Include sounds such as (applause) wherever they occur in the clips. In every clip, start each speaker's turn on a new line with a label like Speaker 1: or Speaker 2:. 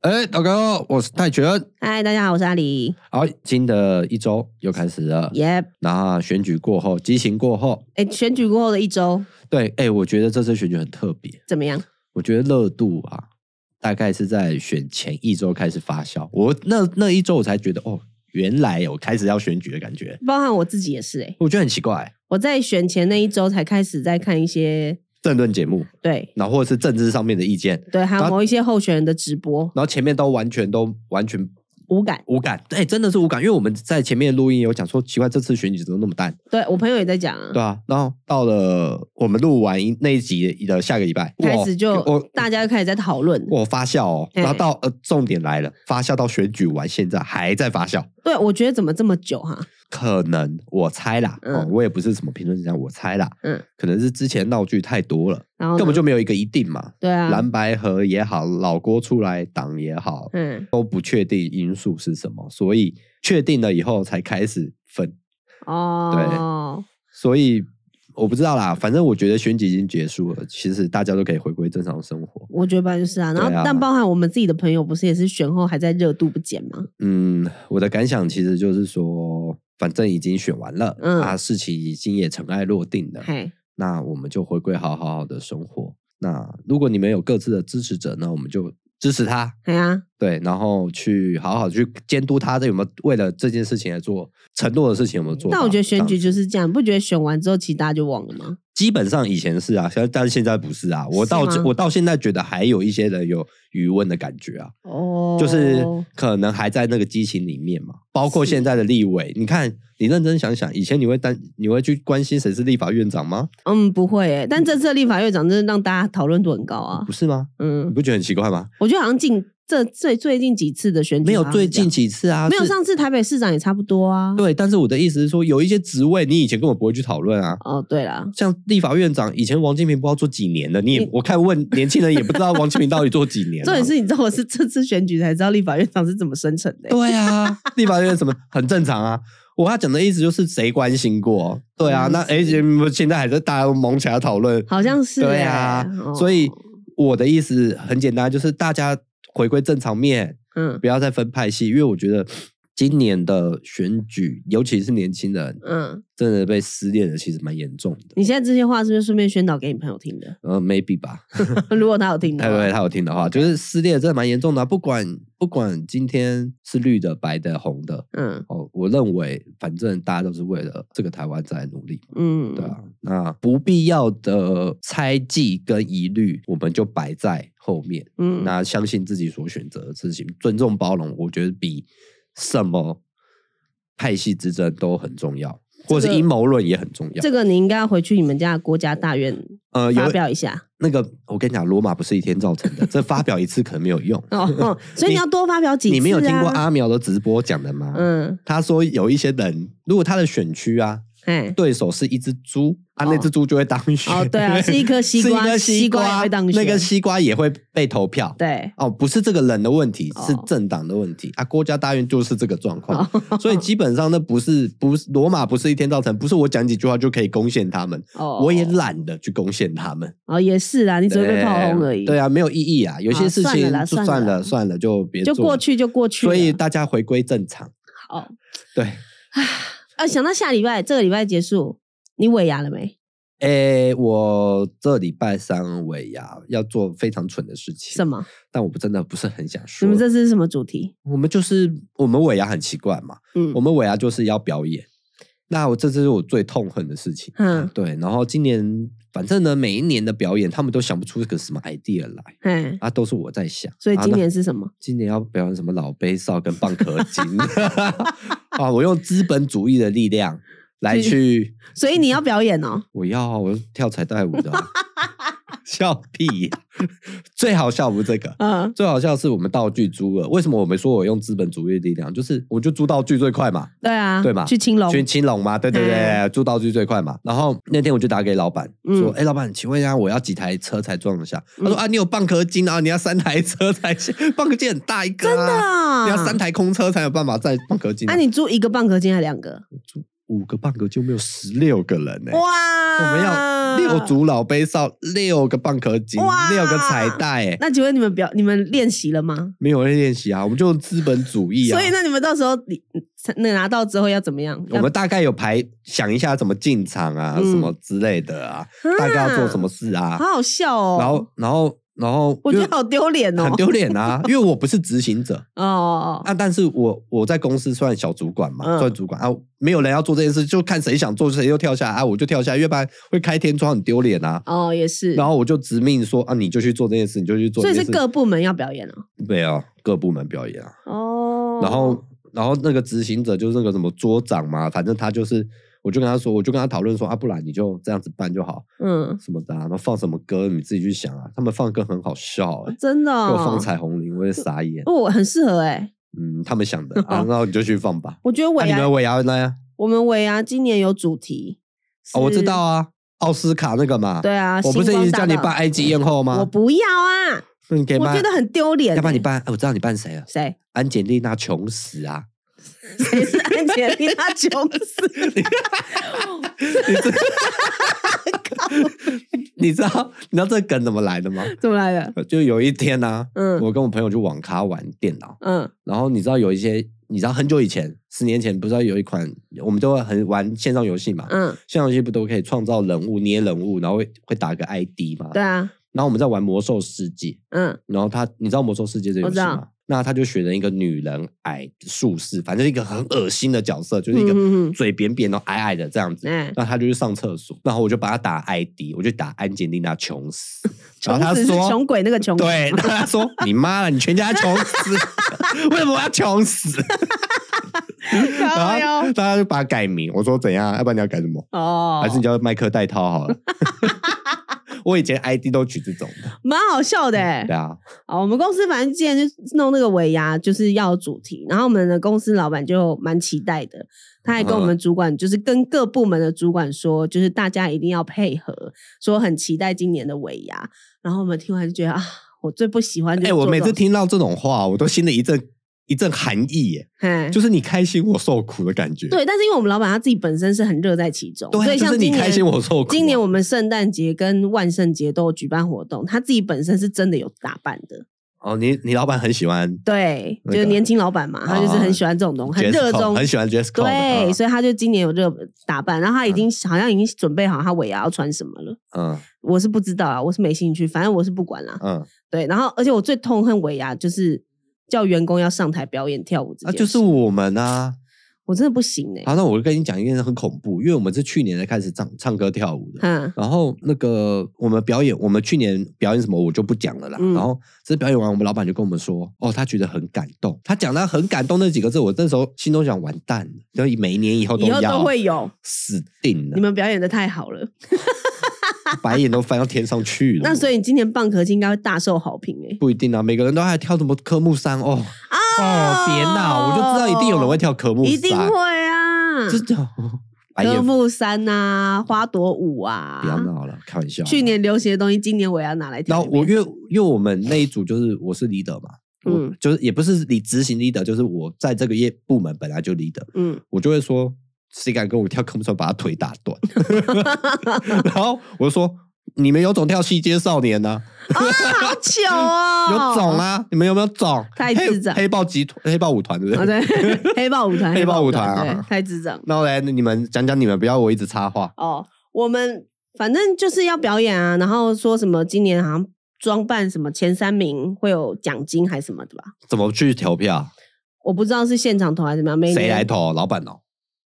Speaker 1: 哎，大家好，我是泰拳。
Speaker 2: 嗨，大家好，我是阿里。
Speaker 1: 好，新的一周又开始了。
Speaker 2: 耶、yep.，
Speaker 1: 那选举过后，激情过后，
Speaker 2: 哎，选举过后的一周
Speaker 1: 对，哎，我觉得这次选举很特别。
Speaker 2: 怎么样？
Speaker 1: 我觉得热度啊，大概是在选前一周开始发酵。我那那一周我才觉得，哦，原来我开始要选举的感觉。
Speaker 2: 包含我自己也是、哎，
Speaker 1: 我觉得很奇怪，
Speaker 2: 我在选前那一周才开始在看一些
Speaker 1: 政论节目，
Speaker 2: 对
Speaker 1: 然后或者是政治上面的意见，
Speaker 2: 对，还
Speaker 1: 然
Speaker 2: 有
Speaker 1: 后
Speaker 2: 某一些候选人的直播，
Speaker 1: 然后前面都完全都完全
Speaker 2: 无感。
Speaker 1: 无感。哎，真的是无感，因为我们在前面录音有讲说，奇怪，这次选举怎么那么淡？
Speaker 2: 对我朋友也在讲啊，
Speaker 1: 对啊，然后到了我们录完一那一集的下个礼拜，
Speaker 2: 开始就
Speaker 1: 我
Speaker 2: 大家就开始在讨论。
Speaker 1: 我发酵哦，
Speaker 2: 嘿
Speaker 1: 然后到呃重点来了，发酵到选举完，现在还在发酵，
Speaker 2: 对，我觉得怎么这么久哈、
Speaker 1: 可能我猜啦，
Speaker 2: 嗯
Speaker 1: 哦，我也不是什么评论家，我猜啦，
Speaker 2: 嗯，
Speaker 1: 可能是之前闹剧太多了，
Speaker 2: 然后呢
Speaker 1: 根本就没有一个一定嘛，
Speaker 2: 对啊，
Speaker 1: 蓝白河也好，老郭出来党也好，
Speaker 2: 嗯，
Speaker 1: 都不确定因素是什么，所以确定了以后才开始分，
Speaker 2: 哦，
Speaker 1: 所以我不知道啦，反正我觉得选举已经结束了，其实大家都可以回归正常生活，
Speaker 2: 我觉得本来就是啊。然后，
Speaker 1: 对啊
Speaker 2: 但包含我们自己的朋友，不是也是选后还在热度不减吗？
Speaker 1: 嗯，我的感想其实就是说，反正已经选完了，
Speaker 2: 嗯
Speaker 1: 啊，事情已经也尘埃落定了，
Speaker 2: 嘿，
Speaker 1: 那我们就回归好好好的生活。那如果你们有各自的支持者呢，我们就支持他，
Speaker 2: 嘿啊，
Speaker 1: 对，然后去好好去监督他这有没有为了这件事情来做承诺的事情有没有做到。
Speaker 2: 但我觉得选举
Speaker 1: 这样
Speaker 2: 就是这样，不觉得选完之后，其实大家就忘了吗？
Speaker 1: 基本上以前是啊，现在但是现在不是啊。我
Speaker 2: 是
Speaker 1: 到
Speaker 2: 吗
Speaker 1: 我到现在觉得还有一些人有余温的感觉啊。
Speaker 2: 哦，
Speaker 1: 就是可能还在那个激情里面嘛。包括
Speaker 2: 是
Speaker 1: 现在的立委，你看，你认真想想，以前你会担你会去关心谁是立法院长吗？
Speaker 2: 嗯，不会诶、但这次的立法院长真的让大家讨论度很高啊
Speaker 1: 不。是吗？你
Speaker 2: 嗯，
Speaker 1: 不觉得很奇怪吗？
Speaker 2: 我觉得好像近这最最近几次的选举
Speaker 1: 没有
Speaker 2: 好像
Speaker 1: 最
Speaker 2: 是这样
Speaker 1: 近几次啊，
Speaker 2: 嗯没有
Speaker 1: 是
Speaker 2: 上次台北市长也差不多啊。
Speaker 1: 对，但是我的意思是说，有一些职位你以前根本不会去讨论
Speaker 2: (laughs)
Speaker 1: 啊。
Speaker 2: 哦，对啦，
Speaker 1: 像立法院长，以前王金平不知道做几年了，你也
Speaker 2: 你
Speaker 1: 我看问年轻人也不知道王金平到底做几年、啊。
Speaker 2: (laughs) 重点是你知道我是这次选举才知道立法院长是怎么生成的、
Speaker 1: 对啊，立法院什么很正常啊。我要讲的意思就是谁关心过？对啊，
Speaker 2: 嗯
Speaker 1: 那哎，你们现在还在大家猛起来讨论，
Speaker 2: 好像是、欸。
Speaker 1: 对啊
Speaker 2: 哦
Speaker 1: 所以我的意思很简单，就是大家回归正常面，
Speaker 2: 嗯
Speaker 1: 不要再分派系，因为我觉得今年的选举，尤其是年轻人，
Speaker 2: 嗯，
Speaker 1: 真的被撕裂的其实蛮严重的。
Speaker 2: 你现在这些话是不是顺便宣导给你朋友听的？ (laughs)
Speaker 1: 呃，maybe 吧，
Speaker 2: 如果他有听的
Speaker 1: 对不
Speaker 2: 话
Speaker 1: 哎对？他有听的话，就是撕裂真的蛮严重的啊、不管不管今天是绿的、白的、红的，
Speaker 2: 嗯
Speaker 1: 哦，我认为反正大家都是为了这个台湾在努力嘛，
Speaker 2: 嗯，
Speaker 1: 对啊，那不必要的猜忌跟疑虑，我们就摆在后面。
Speaker 2: 嗯，
Speaker 1: 那相信自己所选择的事情，尊重包容，我觉得比什么派系之争都很重要，或者
Speaker 2: 这
Speaker 1: 是
Speaker 2: 个
Speaker 1: 阴谋论也很重要。
Speaker 2: 这个你应该要回去你们家的国家大院
Speaker 1: 呃，有
Speaker 2: 发表一下。
Speaker 1: 那个，我跟你讲，罗马不是一天造成的，这发表一次可能没有用。
Speaker 2: (laughs) 哦，哦所以你要多发表几次、啊
Speaker 1: 你没有听过阿苗的直播讲的吗？
Speaker 2: 嗯，
Speaker 1: 他说有一些人，如果他的选区啊，
Speaker 2: 哎，
Speaker 1: 对手是一只猪，啊，
Speaker 2: 哦
Speaker 1: 那只猪就会当选。
Speaker 2: 哦
Speaker 1: (laughs)
Speaker 2: 对啊是一颗西瓜
Speaker 1: 是一颗
Speaker 2: 西瓜也会当选
Speaker 1: 那个西瓜也会被投票。
Speaker 2: 对，
Speaker 1: 哦，不是这个人的问题，
Speaker 2: 哦
Speaker 1: 是政党的问题、啊！国家大院就是这个状况，
Speaker 2: 哦
Speaker 1: (laughs) 所以基本上那不是不是罗马不是一天造成，不是我讲几句话就可以攻陷他们，
Speaker 2: 哦
Speaker 1: 我也懒得去攻陷他们，
Speaker 2: 哦，也是啦，你只会被炮轰而已。
Speaker 1: 对啊，没有意义啊，有些
Speaker 2: 啊
Speaker 1: 事
Speaker 2: 算
Speaker 1: 情
Speaker 2: 了啦
Speaker 1: 就
Speaker 2: 算
Speaker 1: 算
Speaker 2: 了
Speaker 1: 了算了，就别
Speaker 2: 就
Speaker 1: 做
Speaker 2: 过
Speaker 1: 了
Speaker 2: 去就过去了。
Speaker 1: 所以大家回归正常，
Speaker 2: 好，
Speaker 1: 对。
Speaker 2: 啊，想到下礼拜，这个礼拜结束，你尾牙了没？
Speaker 1: 诶，我这礼拜三尾牙要做非常蠢的事情，
Speaker 2: 什？么？
Speaker 1: 但我不真的不是很想说。
Speaker 2: 你们这次是什么主题？
Speaker 1: 我们就是我们尾牙很奇怪嘛，
Speaker 2: 嗯
Speaker 1: 我，们尾牙就是要表演。那我这次是我最痛恨的事情。
Speaker 2: 嗯，
Speaker 1: 对，然后今年反正呢，每一年的表演他们都想不出个什么 idea 来
Speaker 2: 哎，
Speaker 1: 啊，都是我在想。
Speaker 2: 所以
Speaker 1: 啊
Speaker 2: 今
Speaker 1: 那
Speaker 2: 年是什么？
Speaker 1: 今年要表演什么老杯少跟蚌壳精 (laughs) 啊，我用资本主义的力量来去， (laughs)
Speaker 2: 所以你要表演哦。
Speaker 1: 我要啊我要跳彩带舞的啊、 (laughs) 笑屁呀、最好笑不是这个，
Speaker 2: 嗯，
Speaker 1: 最好笑是我们道具租了。为什么我们说我用资本主义力量？就是我就租道具最快嘛，
Speaker 2: 对啊，
Speaker 1: 对嘛
Speaker 2: 去青龙，
Speaker 1: 去青龙嘛，对对对，
Speaker 2: 哎
Speaker 1: 租道具最快嘛。然后那天我就打给老板说：“
Speaker 2: 嗯
Speaker 1: 哎、老板，请问一下，我要几台车才装得下？”他说：“
Speaker 2: 嗯
Speaker 1: 啊，你有蚌壳金啊，你要三台车才行，蚌壳金很大一个、啊，
Speaker 2: 真的啊
Speaker 1: 你要三台空车才有办法载蚌壳金、
Speaker 2: 啊，你租一个蚌壳金还两个？
Speaker 1: 五个蚌壳就没有十六个人呢、
Speaker 2: 哇，
Speaker 1: 我们要六。组老杯少，六个蚌壳金，
Speaker 2: 啊哇
Speaker 1: 六个彩带、欸，
Speaker 2: 那请问你们表你们练习了吗？
Speaker 1: 没有人练习啊，我们就用资本主义啊。
Speaker 2: 所以那你们到时候你嗯那拿到之后要怎么样？
Speaker 1: 我们大概有排想一下怎么进场啊，
Speaker 2: 嗯
Speaker 1: 什么之类的啊，
Speaker 2: 啊
Speaker 1: 大概要做什么事啊
Speaker 2: 要，好好笑哦。
Speaker 1: 然后然后然后
Speaker 2: 我
Speaker 1: 因
Speaker 2: 觉
Speaker 1: 为
Speaker 2: 得好丢脸哦，
Speaker 1: 很丢脸
Speaker 2: (laughs)
Speaker 1: 啊，因为我不是执行者
Speaker 2: 哦哦。哦
Speaker 1: 啊，但是我我在公司算小主管嘛，
Speaker 2: 嗯
Speaker 1: 算主管啊，没有人要做这件事，就看谁想做谁就跳下来啊，我就跳下来，要不然会开天窗很丢脸啊。
Speaker 2: 哦，也是。
Speaker 1: 然后我就直命说啊，你就去做这件事，你就去做
Speaker 2: 所
Speaker 1: 这
Speaker 2: 以
Speaker 1: 件
Speaker 2: 是
Speaker 1: 事。
Speaker 2: 各部门要表演哦。
Speaker 1: 对啊，各部门表演啊。
Speaker 2: 哦。
Speaker 1: 然后，然后那个执行者就是那个什么桌长嘛，反正他就是，我就跟他说，我就跟他讨论说啊，不然你就这样子办就好，
Speaker 2: 嗯，
Speaker 1: 什么的、啊，然后放什么歌你自己去想啊。他们放歌很好笑、欸，
Speaker 2: 真的
Speaker 1: 给
Speaker 2: 哦。
Speaker 1: 我放彩虹铃，我也傻眼。
Speaker 2: 哦，我很适合哎，
Speaker 1: 嗯，他们想
Speaker 2: (laughs)
Speaker 1: 的啊，那你就去放吧。
Speaker 2: 我觉得
Speaker 1: 那、
Speaker 2: 哦尾
Speaker 1: 你
Speaker 2: 牙
Speaker 1: 们，尾牙呢？
Speaker 2: 我们尾牙今年有主题。
Speaker 1: 哦，我知
Speaker 2: 是
Speaker 1: 道。啊，奥斯卡那个嘛。
Speaker 2: 对啊，
Speaker 1: 我不是
Speaker 2: 星
Speaker 1: 一
Speaker 2: 光
Speaker 1: 直
Speaker 2: 大
Speaker 1: 叫你
Speaker 2: 道
Speaker 1: 办埃及艳后吗？
Speaker 2: 我不要啊，
Speaker 1: 那你可以
Speaker 2: 我
Speaker 1: 办
Speaker 2: 觉得很丢脸欸。
Speaker 1: 要不然你办，哎我知道你办谁了，
Speaker 2: 谁？ (laughs)
Speaker 1: 安吉丽娜琼斯啊。 (laughs)
Speaker 2: 谁是安吉丽娜琼斯？
Speaker 1: 你知道你知道这梗怎么来的吗？
Speaker 2: 怎么来的？
Speaker 1: 就有一天呢、
Speaker 2: 嗯
Speaker 1: 我跟我朋友去网咖玩电脑，
Speaker 2: 嗯
Speaker 1: 然后你知道有一些，你知道很久以前，十年前不知道有一款，我们都会很玩线上游戏嘛，
Speaker 2: 嗯，
Speaker 1: 线上游戏不都可以创造人物、捏人物，然后会会打个 ID 嘛？
Speaker 2: 对。啊，
Speaker 1: 然后我们在玩魔兽世界，
Speaker 2: 嗯
Speaker 1: 然后他你知道魔兽世界这游
Speaker 2: 我
Speaker 1: 戏
Speaker 2: 知道
Speaker 1: 吗？那他就选了一个女人矮术士，反正一个很恶心的角色，就是一
Speaker 2: 嗯嗯
Speaker 1: 个
Speaker 2: 嗯
Speaker 1: 嘴扁扁然后矮矮的这样子。
Speaker 2: 哎，
Speaker 1: 那他就去上厕所，然后我就把他打 ID，我就打安吉丽娜琼斯，然后
Speaker 2: 穷
Speaker 1: 他
Speaker 2: 死是
Speaker 1: 说
Speaker 2: 穷。鬼那个 (laughs) 穷，
Speaker 1: 对，然后他说：“你妈了，你全家穷
Speaker 2: (laughs)
Speaker 1: 死，为什么我要穷死？”
Speaker 2: 靠
Speaker 1: 然后
Speaker 2: 腰
Speaker 1: 他就把他改名。我说：“怎样？要不然你要改什么？
Speaker 2: 哦，
Speaker 1: 还是你叫麦克戴套好了？”
Speaker 2: (laughs)
Speaker 1: 我以前 ID 都取这种的。
Speaker 2: 蛮好笑的欸
Speaker 1: 对啊，
Speaker 2: 哦，我们公司反正之前就弄那个尾牙，就是要有主题，然后我们的公司老板就蛮期待的，他还跟
Speaker 1: 嗯
Speaker 2: 我们主管，就是跟各部门的主管说，就是大家一定要配合，说很期待今年的尾牙。然后我们听完就觉得啊，我最不喜欢就是
Speaker 1: 哎，我
Speaker 2: 做
Speaker 1: 每
Speaker 2: 这
Speaker 1: 次
Speaker 2: 种，
Speaker 1: 听到这种话，我都心里一阵一阵寒意耶，
Speaker 2: 哎，
Speaker 1: 就是你开心，我受苦的感觉。
Speaker 2: 对，但是因为我们老板他自己本身是很热在其中，
Speaker 1: 对啊，
Speaker 2: 所以
Speaker 1: 就
Speaker 2: 像
Speaker 1: 是
Speaker 2: 今
Speaker 1: 你
Speaker 2: 年
Speaker 1: 开心，我受苦啊。
Speaker 2: 今年我们圣诞节跟万圣节都有举办活动，他自己本身是真的有打扮的，
Speaker 1: 哦，你你老板很喜欢
Speaker 2: 对，
Speaker 1: 那
Speaker 2: 就是
Speaker 1: 个
Speaker 2: 年轻老板嘛，他就是很喜欢这种东西，很
Speaker 1: dress
Speaker 2: 热
Speaker 1: code，
Speaker 2: 衷，
Speaker 1: 很喜欢 dress code 的。
Speaker 2: 对，
Speaker 1: 嗯
Speaker 2: 所以他就今年有热打扮，然后他已经、好像已经准备好他尾牙要穿什么了。
Speaker 1: 嗯
Speaker 2: 我是不知道啊，我是没兴趣，反正我是不管啦、
Speaker 1: 嗯，
Speaker 2: 对，然后而且我最痛恨尾牙就是叫员工要上台表演跳舞这
Speaker 1: 啊，
Speaker 2: 件事，
Speaker 1: 就是啊我们啊。
Speaker 2: 我真的不行哎、
Speaker 1: 好，那我跟你讲一件事很恐怖，因为我们是去年才开始唱唱歌跳舞的。
Speaker 2: 嗯
Speaker 1: 然后那个我们表演，我们去年表演什么我就不讲了啦。
Speaker 2: 嗯
Speaker 1: 然后这表演完，我们老板就跟我们说，哦，他觉得很感动，他讲到很感动那几个字，我那时候心中想完蛋了，然后每一年以后都
Speaker 2: 以后
Speaker 1: 要
Speaker 2: 都会有。
Speaker 1: 死定
Speaker 2: 你
Speaker 1: 了，
Speaker 2: 们表演的太好了，
Speaker 1: 嗯白眼都翻到天上去了。
Speaker 2: 那所以你今年蚌壳金应该会大受好评哎、
Speaker 1: 不一定啊，每个人都还跳什么科目三哦哦，别闹，我就知道一定有人会跳科目三，
Speaker 2: 一定会啊，
Speaker 1: 真的。哦白眼
Speaker 2: 科目三呐、花朵舞啊，
Speaker 1: 不要闹了，开玩笑。
Speaker 2: 去年流行的东西，今年我也要拿来
Speaker 1: 然
Speaker 2: 跳
Speaker 1: 后
Speaker 2: 一遍。
Speaker 1: 我因为因为我们那一组就是我是 leader 嘛，嗯
Speaker 2: 嗯，
Speaker 1: 就是也不是你执行 leader，就是我在这个业部门本来就 leader，
Speaker 2: 嗯，
Speaker 1: 我就会说谁敢跟我跳科目三，把他腿打
Speaker 2: (laughs)
Speaker 1: 断。然后我就说你们有种跳西街少年呐、
Speaker 2: 啊好糗哦，
Speaker 1: 有种！啊，你们有没有种？
Speaker 2: 太智障
Speaker 1: 黑黑豹集团、黑豹舞团对不
Speaker 2: 啊，
Speaker 1: 对？
Speaker 2: 对， (laughs) 黑豹舞
Speaker 1: (laughs)
Speaker 2: 团，
Speaker 1: 黑豹舞团啊
Speaker 2: 对，太智障
Speaker 1: 那我来你们讲讲你们，不要我一直插话。
Speaker 2: 哦。我们反正就是要表演啊，然后说什么今年好像装扮什么前三名会有奖金还是什么的吧？
Speaker 1: 怎么去投票？
Speaker 2: 我不知道是现场投还是怎么样，每
Speaker 1: 谁来
Speaker 2: 年
Speaker 1: 投？老板哦。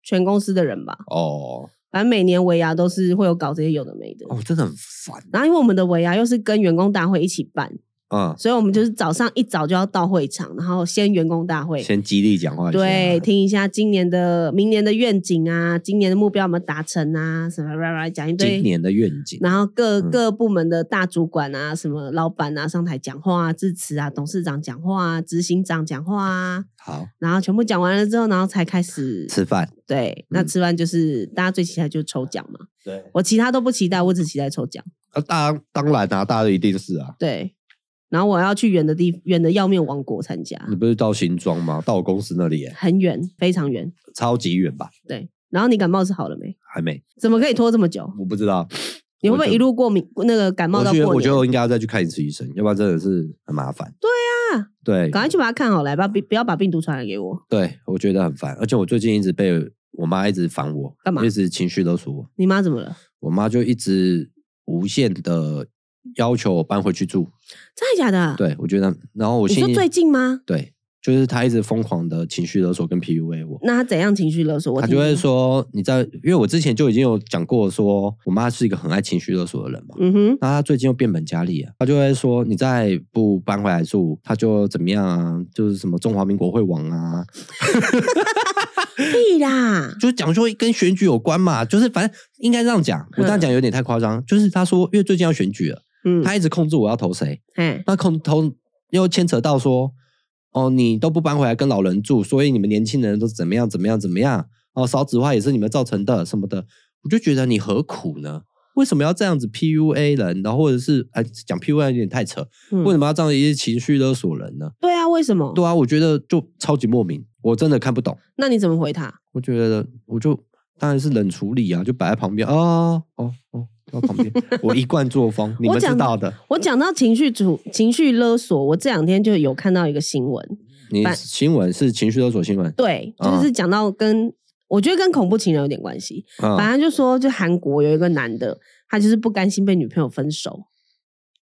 Speaker 2: 全公司的人吧，
Speaker 1: 哦
Speaker 2: 反正每年尾牙都是会有搞这些有的没的。
Speaker 1: 哦，真的很烦。
Speaker 2: 然后因为我们的尾牙又是跟员工大会一起办，
Speaker 1: 嗯，
Speaker 2: 所以我们就是早上一早就要到会场，然后先员工大会，
Speaker 1: 先激励讲话一下，
Speaker 2: 对，听一下今年的、明年的愿景啊，今年的目标有没有达成啊，什么啦啦讲一
Speaker 1: 今
Speaker 2: 堆，
Speaker 1: 年的愿景，
Speaker 2: 然后各、
Speaker 1: 嗯
Speaker 2: 各部门的大主管啊、什么老板啊上台讲话啊、致辞啊、董事长讲话啊、执行长讲话啊，
Speaker 1: 好
Speaker 2: 然后全部讲完了之后，然后才开始
Speaker 1: 吃饭，
Speaker 2: 对，那
Speaker 1: 嗯
Speaker 2: 吃完就是、大家最期待就是抽奖嘛，
Speaker 1: 对，
Speaker 2: 我其他都不期待，我只期待抽奖。
Speaker 1: 啊，当当然啊，大家一定是啊，
Speaker 2: 对，然后我要去远的地远的要命王国参加，
Speaker 1: 你不是到新庄吗？到我公司那里耶，
Speaker 2: 很远，非常远。
Speaker 1: 超级远吧？
Speaker 2: 对，然后你感冒是好了没？
Speaker 1: 还没，
Speaker 2: 怎么可以拖这么久？
Speaker 1: 我不知道，
Speaker 2: 你会不会
Speaker 1: 我
Speaker 2: 一路过敏？那个感冒
Speaker 1: 我
Speaker 2: 到
Speaker 1: 觉得
Speaker 2: 过
Speaker 1: 我觉得
Speaker 2: 年？
Speaker 1: 我应该要再去看一次医生，要不然真的是很麻烦。对
Speaker 2: 啊，
Speaker 1: 对，
Speaker 2: 赶快去把它看好来吧，不不要把病毒传染给我。
Speaker 1: 对，我觉得很烦，而且我最近一直被我妈一直烦我，
Speaker 2: 干嘛
Speaker 1: 一直情绪勒索我，
Speaker 2: 你妈怎么了？
Speaker 1: 我妈就一直无限的要求我搬回去住。
Speaker 2: 真的假的？，
Speaker 1: 对我觉得，然后我
Speaker 2: 你
Speaker 1: 心
Speaker 2: 说
Speaker 1: 里
Speaker 2: 最近吗？
Speaker 1: 对，就是她一直疯狂的情绪勒索跟 PUA 我。
Speaker 2: 那她怎样情绪勒索？我
Speaker 1: 她
Speaker 2: 听
Speaker 1: 就会
Speaker 2: 听，
Speaker 1: 说你在，因为我之前就已经有讲过说我妈是一个很爱情绪勒索的人嘛。
Speaker 2: 嗯哼，
Speaker 1: 那她最近又变本加厉啊，她就会说你再不搬回来住，她就怎么样啊，就是什么中华民国会亡啊，
Speaker 2: 屁啦，
Speaker 1: 就是讲说跟选举有关嘛，就是反正应该这样讲，我这样讲有点太夸张。就是他说，因为最近要选举了，
Speaker 2: 嗯，
Speaker 1: 他一直控制我要投谁，
Speaker 2: 哎，
Speaker 1: 那控投又牵扯到说，哦，你都不搬回来跟老人住，所以你们年轻人都怎么样怎么样怎么样，哦，少子化也是你们造成的什么的，我就觉得你何苦呢？为什么要这样子 PUA 人，然后或者是哎讲 PUA 有点太扯，
Speaker 2: 嗯
Speaker 1: 为什么要这样一些情绪勒索人呢？
Speaker 2: 对啊，为什么？
Speaker 1: 对啊，我觉得就超级莫名，我真的看不懂。
Speaker 2: 那你怎么回她？
Speaker 1: 我觉得我就当然是冷处理啊，就摆在旁边哦哦哦，到旁边，我一贯作风，你们知道的。
Speaker 2: 我讲到情绪主情绪勒索，我这两天就有看到一个新闻，
Speaker 1: 你
Speaker 2: 反
Speaker 1: 新闻是情绪勒索新闻，
Speaker 2: 对，
Speaker 1: 啊
Speaker 2: 就是讲到跟、我觉得跟恐怖情人有点关系。反
Speaker 1: 啊，
Speaker 2: 正就说，就韩国有一个男的，他就是不甘心被女朋友分手，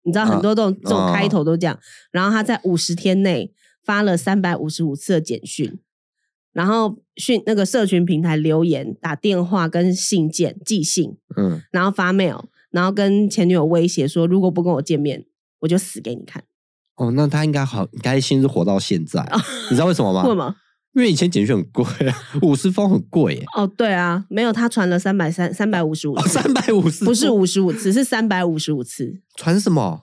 Speaker 2: 你知道
Speaker 1: 啊
Speaker 2: 很多这种、这种
Speaker 1: 啊
Speaker 2: 开头都这样。然后他在五十天内发了三百五十五次的简讯，然后讯那个社群平台留言、打电话跟信件寄信，
Speaker 1: 嗯，
Speaker 2: 然后发 mail，然后跟前女友威胁说，如果不跟我见面，我就死给你看。
Speaker 1: 哦，那他应该好开心是活到现在，你知道为什么吗？
Speaker 2: 哦 (laughs) 为什么？
Speaker 1: 因为以前简讯很贵啊，五十封很贵耶，
Speaker 2: 哦，对啊，没有，他传了三百三 (laughs) 三百五十五
Speaker 1: 哦，
Speaker 2: 次，
Speaker 1: 三百五十
Speaker 2: 不是五十五次，是三百五十五次。
Speaker 1: 传什么？哦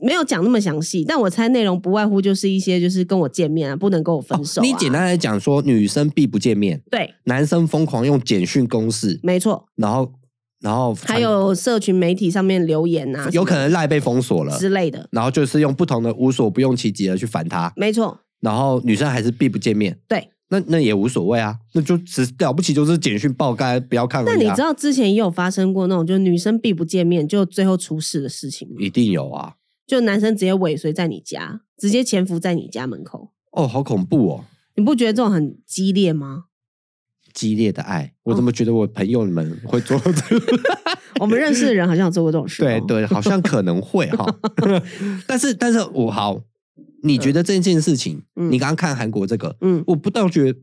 Speaker 2: 没有讲那么详细，但我猜内容不外乎就是一些就是跟我见面啊，不能跟我分手、啊
Speaker 1: 哦你简单来讲说，女生必不见面，
Speaker 2: 对，
Speaker 1: 男生疯狂用简讯攻势，
Speaker 2: 没错。
Speaker 1: 然后然后
Speaker 2: 还有社群媒体上面留言啊，
Speaker 1: 有可能赖被封锁
Speaker 2: 什
Speaker 1: 了
Speaker 2: 么之类的，
Speaker 1: 然后就是用不同的无所不用其极的去烦他，
Speaker 2: 没错，
Speaker 1: 然后女生还是避不见面，
Speaker 2: 对。
Speaker 1: 那那也无所谓啊，那就只了不起就是简讯爆该不要看而
Speaker 2: 那
Speaker 1: 已
Speaker 2: 你
Speaker 1: 啊、
Speaker 2: 知道之前也有发生过那种，就女生必不见面，就最后出事的事情吗？
Speaker 1: 一定有啊，
Speaker 2: 就男生直接尾随在你家，直接潜伏在你家门口，
Speaker 1: 哦，好恐怖哦，
Speaker 2: 你不觉得这种很激烈
Speaker 1: (laughs)
Speaker 2: 吗？
Speaker 1: 激烈的爱，我怎么觉得我朋友们会做这个？
Speaker 2: 我们认识的人好像有做过这种事、哦
Speaker 1: 对， (laughs) 对，好像可能会哈、 (laughs) 但是但是我好，你觉得这件事情，
Speaker 2: 嗯
Speaker 1: 你刚刚看韩国这个，
Speaker 2: 嗯，
Speaker 1: 我不但觉得，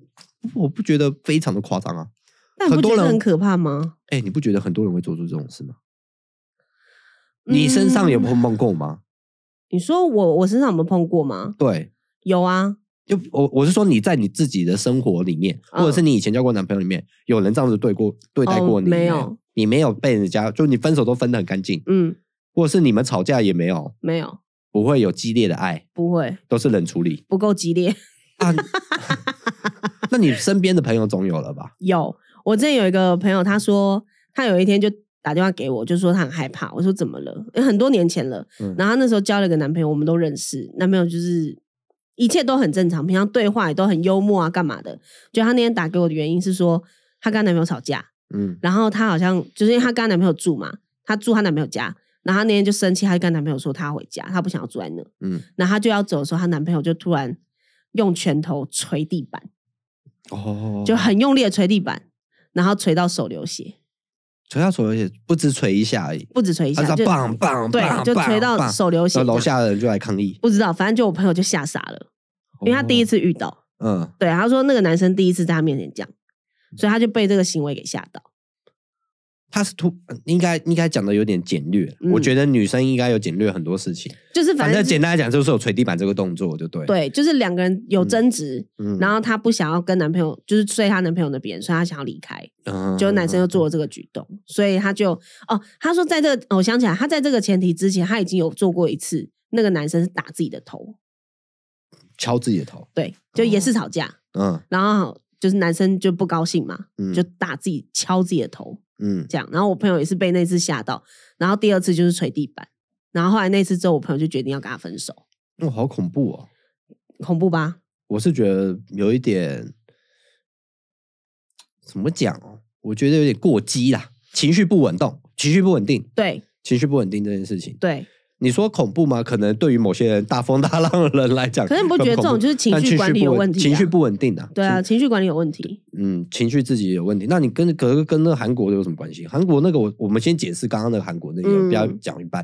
Speaker 1: 我不觉得非常的夸张啊，
Speaker 2: 但你不
Speaker 1: 很多
Speaker 2: 觉得
Speaker 1: 人
Speaker 2: 很可怕吗？
Speaker 1: 哎，你不觉得很多人会做出这种事吗？你身上有
Speaker 2: 嗯
Speaker 1: 碰碰过吗？
Speaker 2: 你说我我身上有没有碰过吗？
Speaker 1: 对，
Speaker 2: 有啊，
Speaker 1: 就我我是说你在你自己的生活里面，
Speaker 2: 嗯
Speaker 1: 或者是你以前交过男朋友里面，有人这样子对过对待过你、
Speaker 2: 哦没有？
Speaker 1: 你没有被人家就你分手都分得很干净，
Speaker 2: 嗯，
Speaker 1: 或者是你们吵架也没有，
Speaker 2: 没有，
Speaker 1: 不会有激烈的爱，
Speaker 2: 不会，
Speaker 1: 都是冷处理
Speaker 2: 不够激烈。 (laughs)
Speaker 1: 啊。 (laughs) 那你身边的朋友总有了吧？
Speaker 2: 有，我之前有一个朋友，他说他有一天就打电话给我，就说他很害怕。我说怎么了？因为很多年前了。
Speaker 1: 嗯
Speaker 2: 然后他那时候交了一个男朋友，我们都认识，男朋友就是一切都很正常，平常对话也都很幽默啊，干嘛的？就他那天打给我的原因是说，她跟她男朋友吵架，
Speaker 1: 嗯，
Speaker 2: 然后她好像就是因为她跟她男朋友住嘛，她住她男朋友家，然后她那天就生气，她就跟她男朋友说她要回家，她不想要住在那。
Speaker 1: 嗯，
Speaker 2: 然后她就要走的时候，她男朋友就突然用拳头捶地板，
Speaker 1: 哦，
Speaker 2: 就很用力的捶地板，然后捶到手流血，
Speaker 1: 捶下捶而且不止捶一下而已，
Speaker 2: 不止捶一
Speaker 1: 他
Speaker 2: 下，
Speaker 1: 是
Speaker 2: 就
Speaker 1: 啊棒棒
Speaker 2: 对，
Speaker 1: 棒
Speaker 2: 就捶到
Speaker 1: 棒
Speaker 2: 手流血
Speaker 1: 然
Speaker 2: 这
Speaker 1: 后
Speaker 2: 样。
Speaker 1: 楼下的人就来抗议，
Speaker 2: 不知道，反正就我朋友就吓傻了，因为他第一
Speaker 1: 次，
Speaker 2: 次遇到。
Speaker 1: 嗯，
Speaker 2: 对，他说那个男生第一次在他面前讲，所以他就被这个行为给吓到。
Speaker 1: 他是突应该应该讲的有点简略，
Speaker 2: 嗯
Speaker 1: 我觉得女生应该有简略很多事情。
Speaker 2: 就是
Speaker 1: 反
Speaker 2: 反
Speaker 1: 正
Speaker 2: 正
Speaker 1: 简单来讲，就是有捶地板这个动作，就对。，
Speaker 2: 对，就是两个人有争执，
Speaker 1: 嗯
Speaker 2: 然后她不想要跟男朋友，就是睡她男朋友那边，所以她想要离开。
Speaker 1: 后
Speaker 2: 就男生就做
Speaker 1: 嗯
Speaker 2: 了这个举动，所以他就哦，他说在这个，哦我想起来，他在这个前提之前，他已经有做过一次，那个男生是打自己的头，
Speaker 1: 敲自己的头，
Speaker 2: 对，就
Speaker 1: 哦
Speaker 2: 也是吵架，
Speaker 1: 嗯
Speaker 2: 然后就是男生就不高兴嘛，
Speaker 1: 嗯
Speaker 2: 就打自己敲自己的头
Speaker 1: 嗯，
Speaker 2: 这样，然后我朋友也是被那次吓到，然后第二次就是捶地板，然后后来那次之后，我朋友就决定要跟他分手，
Speaker 1: 哇，好恐怖哦！
Speaker 2: 恐怖吧？
Speaker 1: 我是觉得有一点怎么讲哦，我觉得有点过激啦，情绪不稳动，情绪不稳定，
Speaker 2: 对
Speaker 1: 情绪不稳定这件事情，
Speaker 2: 对，
Speaker 1: 你说恐怖吗？可能对于某些人大风大浪的人来讲，
Speaker 2: 可是你不觉得这种就是情
Speaker 1: 但
Speaker 2: 绪管理
Speaker 1: 不
Speaker 2: 有
Speaker 1: 稳
Speaker 2: 问题
Speaker 1: 情
Speaker 2: 啊
Speaker 1: 绪不稳定的、啊，
Speaker 2: 对啊，
Speaker 1: 情，
Speaker 2: 情绪管理有问题，
Speaker 1: 嗯，情绪自己有问题。那你跟可是跟那个韩国的有什么关系？韩国那个我我们先解释刚刚那个韩国那个，
Speaker 2: 嗯
Speaker 1: 不要讲一半。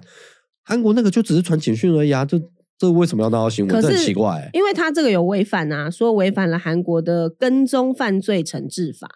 Speaker 1: 韩国那个就只是传简讯而已啊，这这为什么要闹到新闻？
Speaker 2: 可
Speaker 1: 这很
Speaker 2: 是
Speaker 1: 奇怪、欸。
Speaker 2: 因为他这个有违反啊，说违反了韩国的跟踪犯罪惩治法。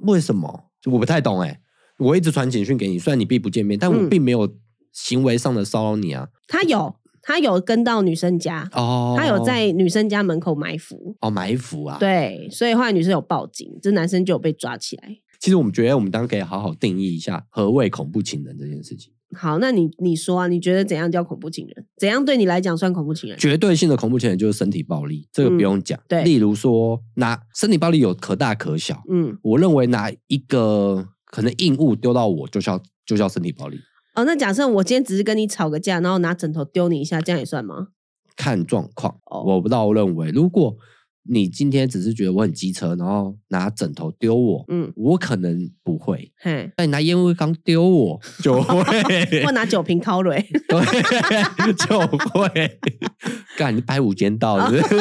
Speaker 1: 为什么？就我不太懂哎、我一直传简讯给你，虽然你并不见面，但我
Speaker 2: 嗯
Speaker 1: 并没有行为上的骚扰你啊。
Speaker 2: 他有，他有跟到女生家，
Speaker 1: 哦，
Speaker 2: 他有在女生家门口埋伏。
Speaker 1: 哦埋伏啊。，
Speaker 2: 对，所以后来女生有报警，这男生就有被抓起来。
Speaker 1: 其实我们觉得我们当然可以好好定义一下何谓恐怖情人这件事情。
Speaker 2: 好，那你你说啊，你觉得怎样叫恐怖情人？怎样对你来讲算恐怖情人？
Speaker 1: 绝对性的恐怖情人就是身体暴力，这个不用讲。
Speaker 2: 对
Speaker 1: 例如说拿身体暴力有可大可小，
Speaker 2: 嗯，
Speaker 1: 我认为拿一个可能硬物丢到我就叫就叫身体暴力，
Speaker 2: 哦，那假设我今天只是跟你吵个架，然后拿枕头丢你一下，这样也算吗？
Speaker 1: 看状况。
Speaker 2: 哦
Speaker 1: 我不到认为，如果你今天只是觉得我很机车，然后拿枕头丢我，
Speaker 2: 嗯，
Speaker 1: 我可能不 (laughs) 会。
Speaker 2: 嘿，
Speaker 1: 但你拿烟灰缸丢 (laughs) 我就会，
Speaker 2: 或拿酒瓶
Speaker 1: (laughs)
Speaker 2: 敲蕊，
Speaker 1: 对， (laughs) 就会。干，你拍无间 (laughs) 道是不是？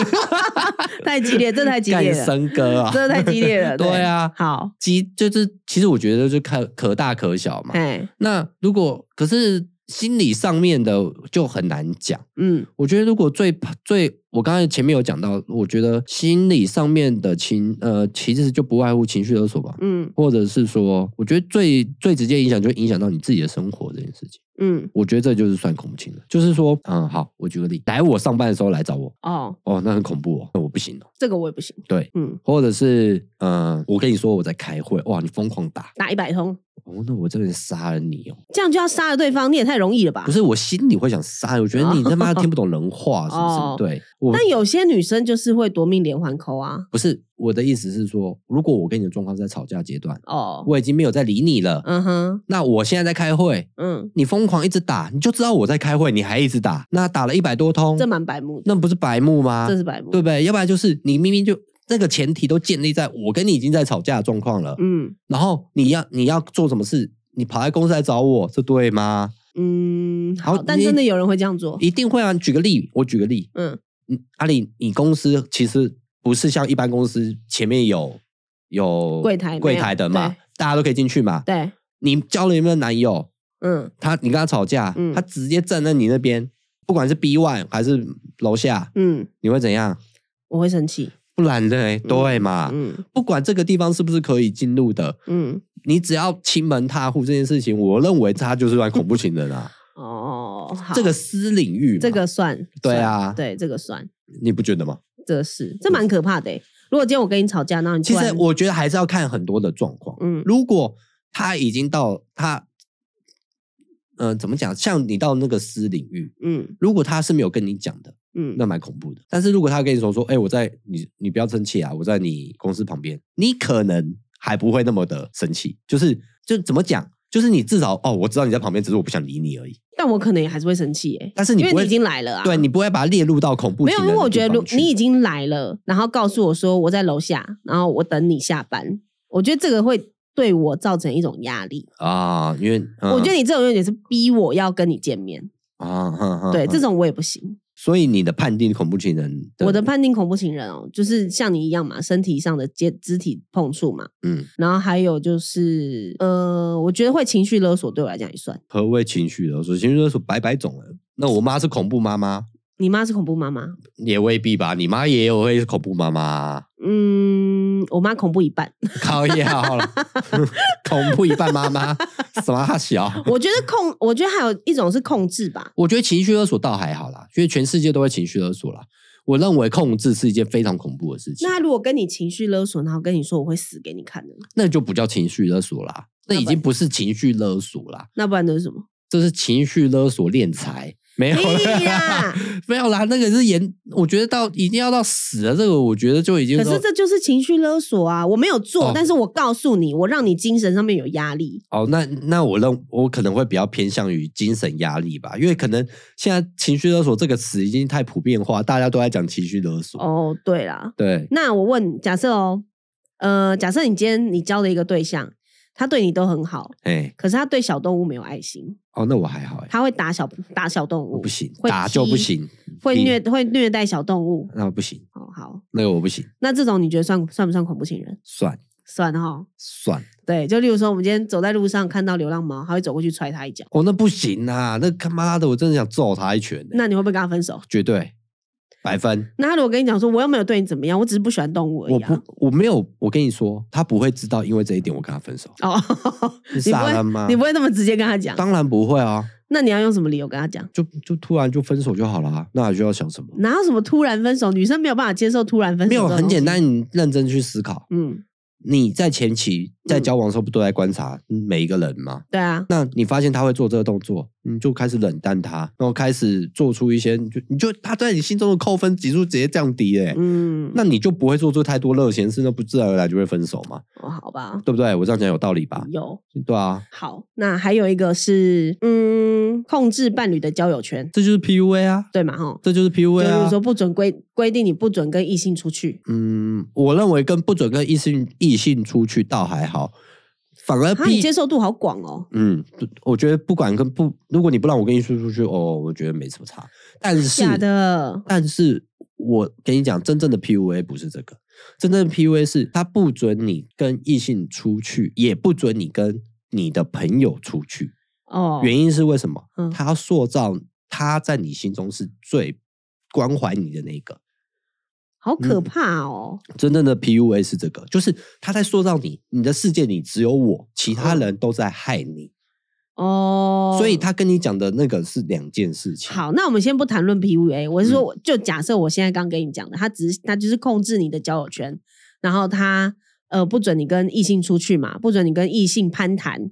Speaker 2: 太激烈，这太激烈
Speaker 1: 干
Speaker 2: 了，
Speaker 1: 森哥啊，
Speaker 2: 这太激烈
Speaker 1: (laughs)
Speaker 2: 了。
Speaker 1: 对啊
Speaker 2: 好，
Speaker 1: 其就是其实我觉得就看可大可小嘛。
Speaker 2: 嘿，
Speaker 1: 那如果可是心理上面的就很难讲。
Speaker 2: 嗯
Speaker 1: 我觉得如果最最我刚才前面有讲到，我觉得心理上面的情呃其实就不外乎情绪勒索吧，
Speaker 2: 嗯
Speaker 1: 或者是说，我觉得最最直接影响就影响到你自己的生活这件事情。
Speaker 2: 嗯，
Speaker 1: 我觉得这就是算恐怖情了，就是说，嗯，好，我举个例，来我上班的时候来找我，
Speaker 2: 哦，
Speaker 1: 哦，那很恐怖哦，那我不行哦，
Speaker 2: 这个我也不行。
Speaker 1: 对。
Speaker 2: 嗯，
Speaker 1: 或者是，嗯、我跟你说我在开会，哇，你疯狂打，
Speaker 2: 打一百通，
Speaker 1: 哦，那我真的杀了你哦！
Speaker 2: 这样就要杀了对方，你也太容易了吧？
Speaker 1: 不是，我心里会想杀你，我觉得你他妈听不懂人话，是不是？
Speaker 2: 哦
Speaker 1: 对，我
Speaker 2: 但有些女生就是会夺命连环扣啊。
Speaker 1: 不是我的意思是说，如果我跟你的状况是在吵架阶段，
Speaker 2: 哦，
Speaker 1: 我已经没有在理你了，
Speaker 2: 嗯哼，
Speaker 1: 那我现在在开会，
Speaker 2: 嗯，
Speaker 1: 你疯狂一直打，你就知道我在开会，你还一直打，那打了一百多通，
Speaker 2: 这蛮白目的，
Speaker 1: 那不是白目吗？
Speaker 2: 这是白目。
Speaker 1: 啊对不对？要不然就是你明明就那个前提都建立在我跟你已经在吵架的状况了，
Speaker 2: 嗯
Speaker 1: 然后你要你要做什么事，你跑来公司来找我，这对吗？
Speaker 2: 嗯，好
Speaker 1: 好，
Speaker 2: 但
Speaker 1: 你
Speaker 2: 真的有人会这样做。
Speaker 1: 一定会啊！举个例，我举个例，
Speaker 2: 哦嗯
Speaker 1: 嗯，阿里，你公司其实不是像一般公司前面有有
Speaker 2: 柜台没有
Speaker 1: 柜台的嘛
Speaker 2: 对，
Speaker 1: 大家都可以进去嘛。
Speaker 2: 对，
Speaker 1: 你交了有没有男友？
Speaker 2: 嗯
Speaker 1: 他你跟他吵架，
Speaker 2: 嗯
Speaker 1: 他直接站在你那边，不管是 B one 还是楼下，
Speaker 2: 嗯，
Speaker 1: 你会怎样？
Speaker 2: 我会生气。
Speaker 1: 不然的、对嘛？
Speaker 2: 嗯
Speaker 1: 不管这个地方是不是可以进入的，
Speaker 2: 嗯，
Speaker 1: 你只要亲门踏户这件事情，我认为他就是算恐怖情人啊。
Speaker 2: 哦， (laughs) 好
Speaker 1: 这个私领域嘛，
Speaker 2: 这个算，
Speaker 1: 对啊
Speaker 2: 算对，这个算，
Speaker 1: 你不觉得吗？
Speaker 2: 这是这蛮可怕的欸。如果今天我跟你吵架，然后你
Speaker 1: 其
Speaker 2: 突然
Speaker 1: 实我觉得还是要看很多的状况。
Speaker 2: 嗯
Speaker 1: 如果他已经到他，嗯、怎么讲？像你到那个私领域，
Speaker 2: 嗯
Speaker 1: 如果他是没有跟你讲的，
Speaker 2: 嗯
Speaker 1: 那蛮恐怖的。但是如果他跟你说说，哎、我在你你不要生气啊，我在你公司旁边，你可能还不会那么的生气。就是就怎么讲？就是你至少哦，我知道你在旁边，只是我不想理你而已。
Speaker 2: 但我可能也还是会生气耶，
Speaker 1: 但是你
Speaker 2: 因为
Speaker 1: 不会
Speaker 2: 你已经来了啊。
Speaker 1: 对你不会把它列入到恐怖
Speaker 2: 没
Speaker 1: 情
Speaker 2: 有，
Speaker 1: 人
Speaker 2: 因
Speaker 1: 的
Speaker 2: 为我觉得
Speaker 1: 地
Speaker 2: 如
Speaker 1: 方去
Speaker 2: 你已经来了，然后告诉我说我在楼下，然后我等你下班，我觉得这个会对我造成一种压力。
Speaker 1: 啊，因为、嗯
Speaker 2: 我觉得你这种有点是逼我要跟你见面，
Speaker 1: 啊，哼哼
Speaker 2: 对
Speaker 1: 哼
Speaker 2: 这种我也不行。
Speaker 1: 所以你的判定恐怖情人，
Speaker 2: 我的判定恐怖情人哦，就是像你一样嘛，身体上的接肢体碰触嘛，
Speaker 1: 嗯，
Speaker 2: 然后还有就是呃，我觉得会情绪勒索对我来讲也算。
Speaker 1: 何谓情绪勒索？情绪勒索百百种了。那我妈是恐怖妈妈，
Speaker 2: 你妈是恐怖妈妈，
Speaker 1: 也未必吧？你妈也有会是恐怖妈妈啊、
Speaker 2: 嗯，我妈恐怖一半。
Speaker 1: 靠呀，好了， (laughs) 恐怖一半妈妈，什么哈小？
Speaker 2: 我觉
Speaker 1: (laughs)
Speaker 2: 得控，我觉得还有一种是控制吧。
Speaker 1: 我觉得情绪勒索倒还好啦，因为全世界都会情绪勒索啦。我认为控制是一件非常恐怖的事情
Speaker 2: 那，他如果跟你情绪勒索，然后跟你说我会死给你看的，
Speaker 1: 那就不叫情绪勒索啦，那已经不是情绪勒索啦，
Speaker 2: 那不然那是什么？
Speaker 1: 这是情绪勒索敛财。没有
Speaker 2: 屁
Speaker 1: 啦，
Speaker 2: 啦！
Speaker 1: (laughs) 没有啦，那个是严，我觉得到一定要到死了，这个我觉得就已经
Speaker 2: 可
Speaker 1: 说
Speaker 2: 是这就是情绪勒索啊！我没有做，
Speaker 1: 哦
Speaker 2: 但是我告诉你，我让你精神上面有压力。
Speaker 1: 哦，那那我认我可能会比较偏向于精神压力吧，因为可能现在情绪勒索这个词已经太普遍化，大家都在讲情绪勒索。
Speaker 2: 哦，对啦，
Speaker 1: 对，
Speaker 2: 那我问，假设哦，呃，假设你今天你交的一个对象，他对你都很好，
Speaker 1: 哎、
Speaker 2: 可是他对小动物没有爱心，
Speaker 1: 哦，那我还好哎、
Speaker 2: 他会打小打小动
Speaker 1: 我
Speaker 2: 物，
Speaker 1: 不行，
Speaker 2: 会
Speaker 1: 打就
Speaker 2: 踢
Speaker 1: 不，行，
Speaker 2: 会
Speaker 1: 踢
Speaker 2: 虐会虐待小动物。
Speaker 1: 那不行，
Speaker 2: 哦，好，
Speaker 1: 那个我不行，
Speaker 2: 那这种你觉得算算不算恐怖情人？
Speaker 1: 算
Speaker 2: 算哈，
Speaker 1: 算，
Speaker 2: 对，就例如说，我们今天走在路上看到流浪猫，他会走过去踹它一脚，
Speaker 1: 哦，那不行啊，那他妈的，我真的想揍他一拳欸、
Speaker 2: 那你会不会跟他分手？
Speaker 1: 绝对百分。
Speaker 2: 那他如果跟你讲说，我又没有对你怎么样，我只是不喜欢动物而
Speaker 1: 我
Speaker 2: 已、啊。
Speaker 1: 不，我没有，我跟你说，他不会知道，因为这一点我跟他分手。
Speaker 2: 哦，
Speaker 1: 你
Speaker 2: 你不
Speaker 1: 傻了吗
Speaker 2: 会，你不会那么直接跟他讲？
Speaker 1: 当然不会啊，
Speaker 2: 那你要用什么理由跟他讲？
Speaker 1: 就就突然就分手就好了、啊，那还需要想什么？
Speaker 2: 哪有什么突然分手？女生没有办法接受突然分手，
Speaker 1: 没有，很简。单，你认真去思考。
Speaker 2: 嗯，
Speaker 1: 你在前期在
Speaker 2: 嗯
Speaker 1: 交往的时候，不都在观察每一个人吗？
Speaker 2: 对啊，
Speaker 1: 那你发现他会做这个动作，你就开始冷淡他，然后开始做出一些，你就你就他在你心中的扣分指数直接降低嘞、
Speaker 2: 嗯，
Speaker 1: 那你就不会做出太多热情事，那不自然而然就会分手嘛，
Speaker 2: 哦好吧，
Speaker 1: 对不对？我这样讲有道理吧？
Speaker 2: 有
Speaker 1: 对啊，
Speaker 2: 好。那还有一个是，嗯，控制伴侣的交友圈，
Speaker 1: 这就是 PUA 啊，
Speaker 2: 对嘛？哈，
Speaker 1: 这就是
Speaker 2: 就
Speaker 1: PUA
Speaker 2: 是
Speaker 1: 啊
Speaker 2: 说。不准规规定你不准跟异性出去。
Speaker 1: 嗯，我认为跟不准跟异性异性出去倒还好，反而
Speaker 2: 啊，你
Speaker 1: 逼
Speaker 2: 接受度好广哦。
Speaker 1: 嗯，不我觉得不管跟不，如果你不让我跟你出出去，哦，我觉得没什么差。但是，
Speaker 2: 假的
Speaker 1: 但是我跟你讲，真正的 PUA 不是这个，真正的 PUA 是他不准你跟异性出去，也不准你跟你的朋友出去。
Speaker 2: 哦，
Speaker 1: 原因是为什么？
Speaker 2: 嗯
Speaker 1: 他要塑造他在你心中是最关怀你的那一个。
Speaker 2: 好可怕哦。
Speaker 1: 真正的 PUA 是这个，就是他在塑造你，你的世界里只有我，其
Speaker 2: 嗯
Speaker 1: 他人都在害你。
Speaker 2: 哦，
Speaker 1: 所以他跟你讲的那个是两件事情。嗯
Speaker 2: 好，那我们先不谈论 PUA，我是说，我就假设我现在刚跟你讲的，他只是他就是控制你的交友圈，然后他呃不准你跟异性出去嘛，不准你跟异性攀谈。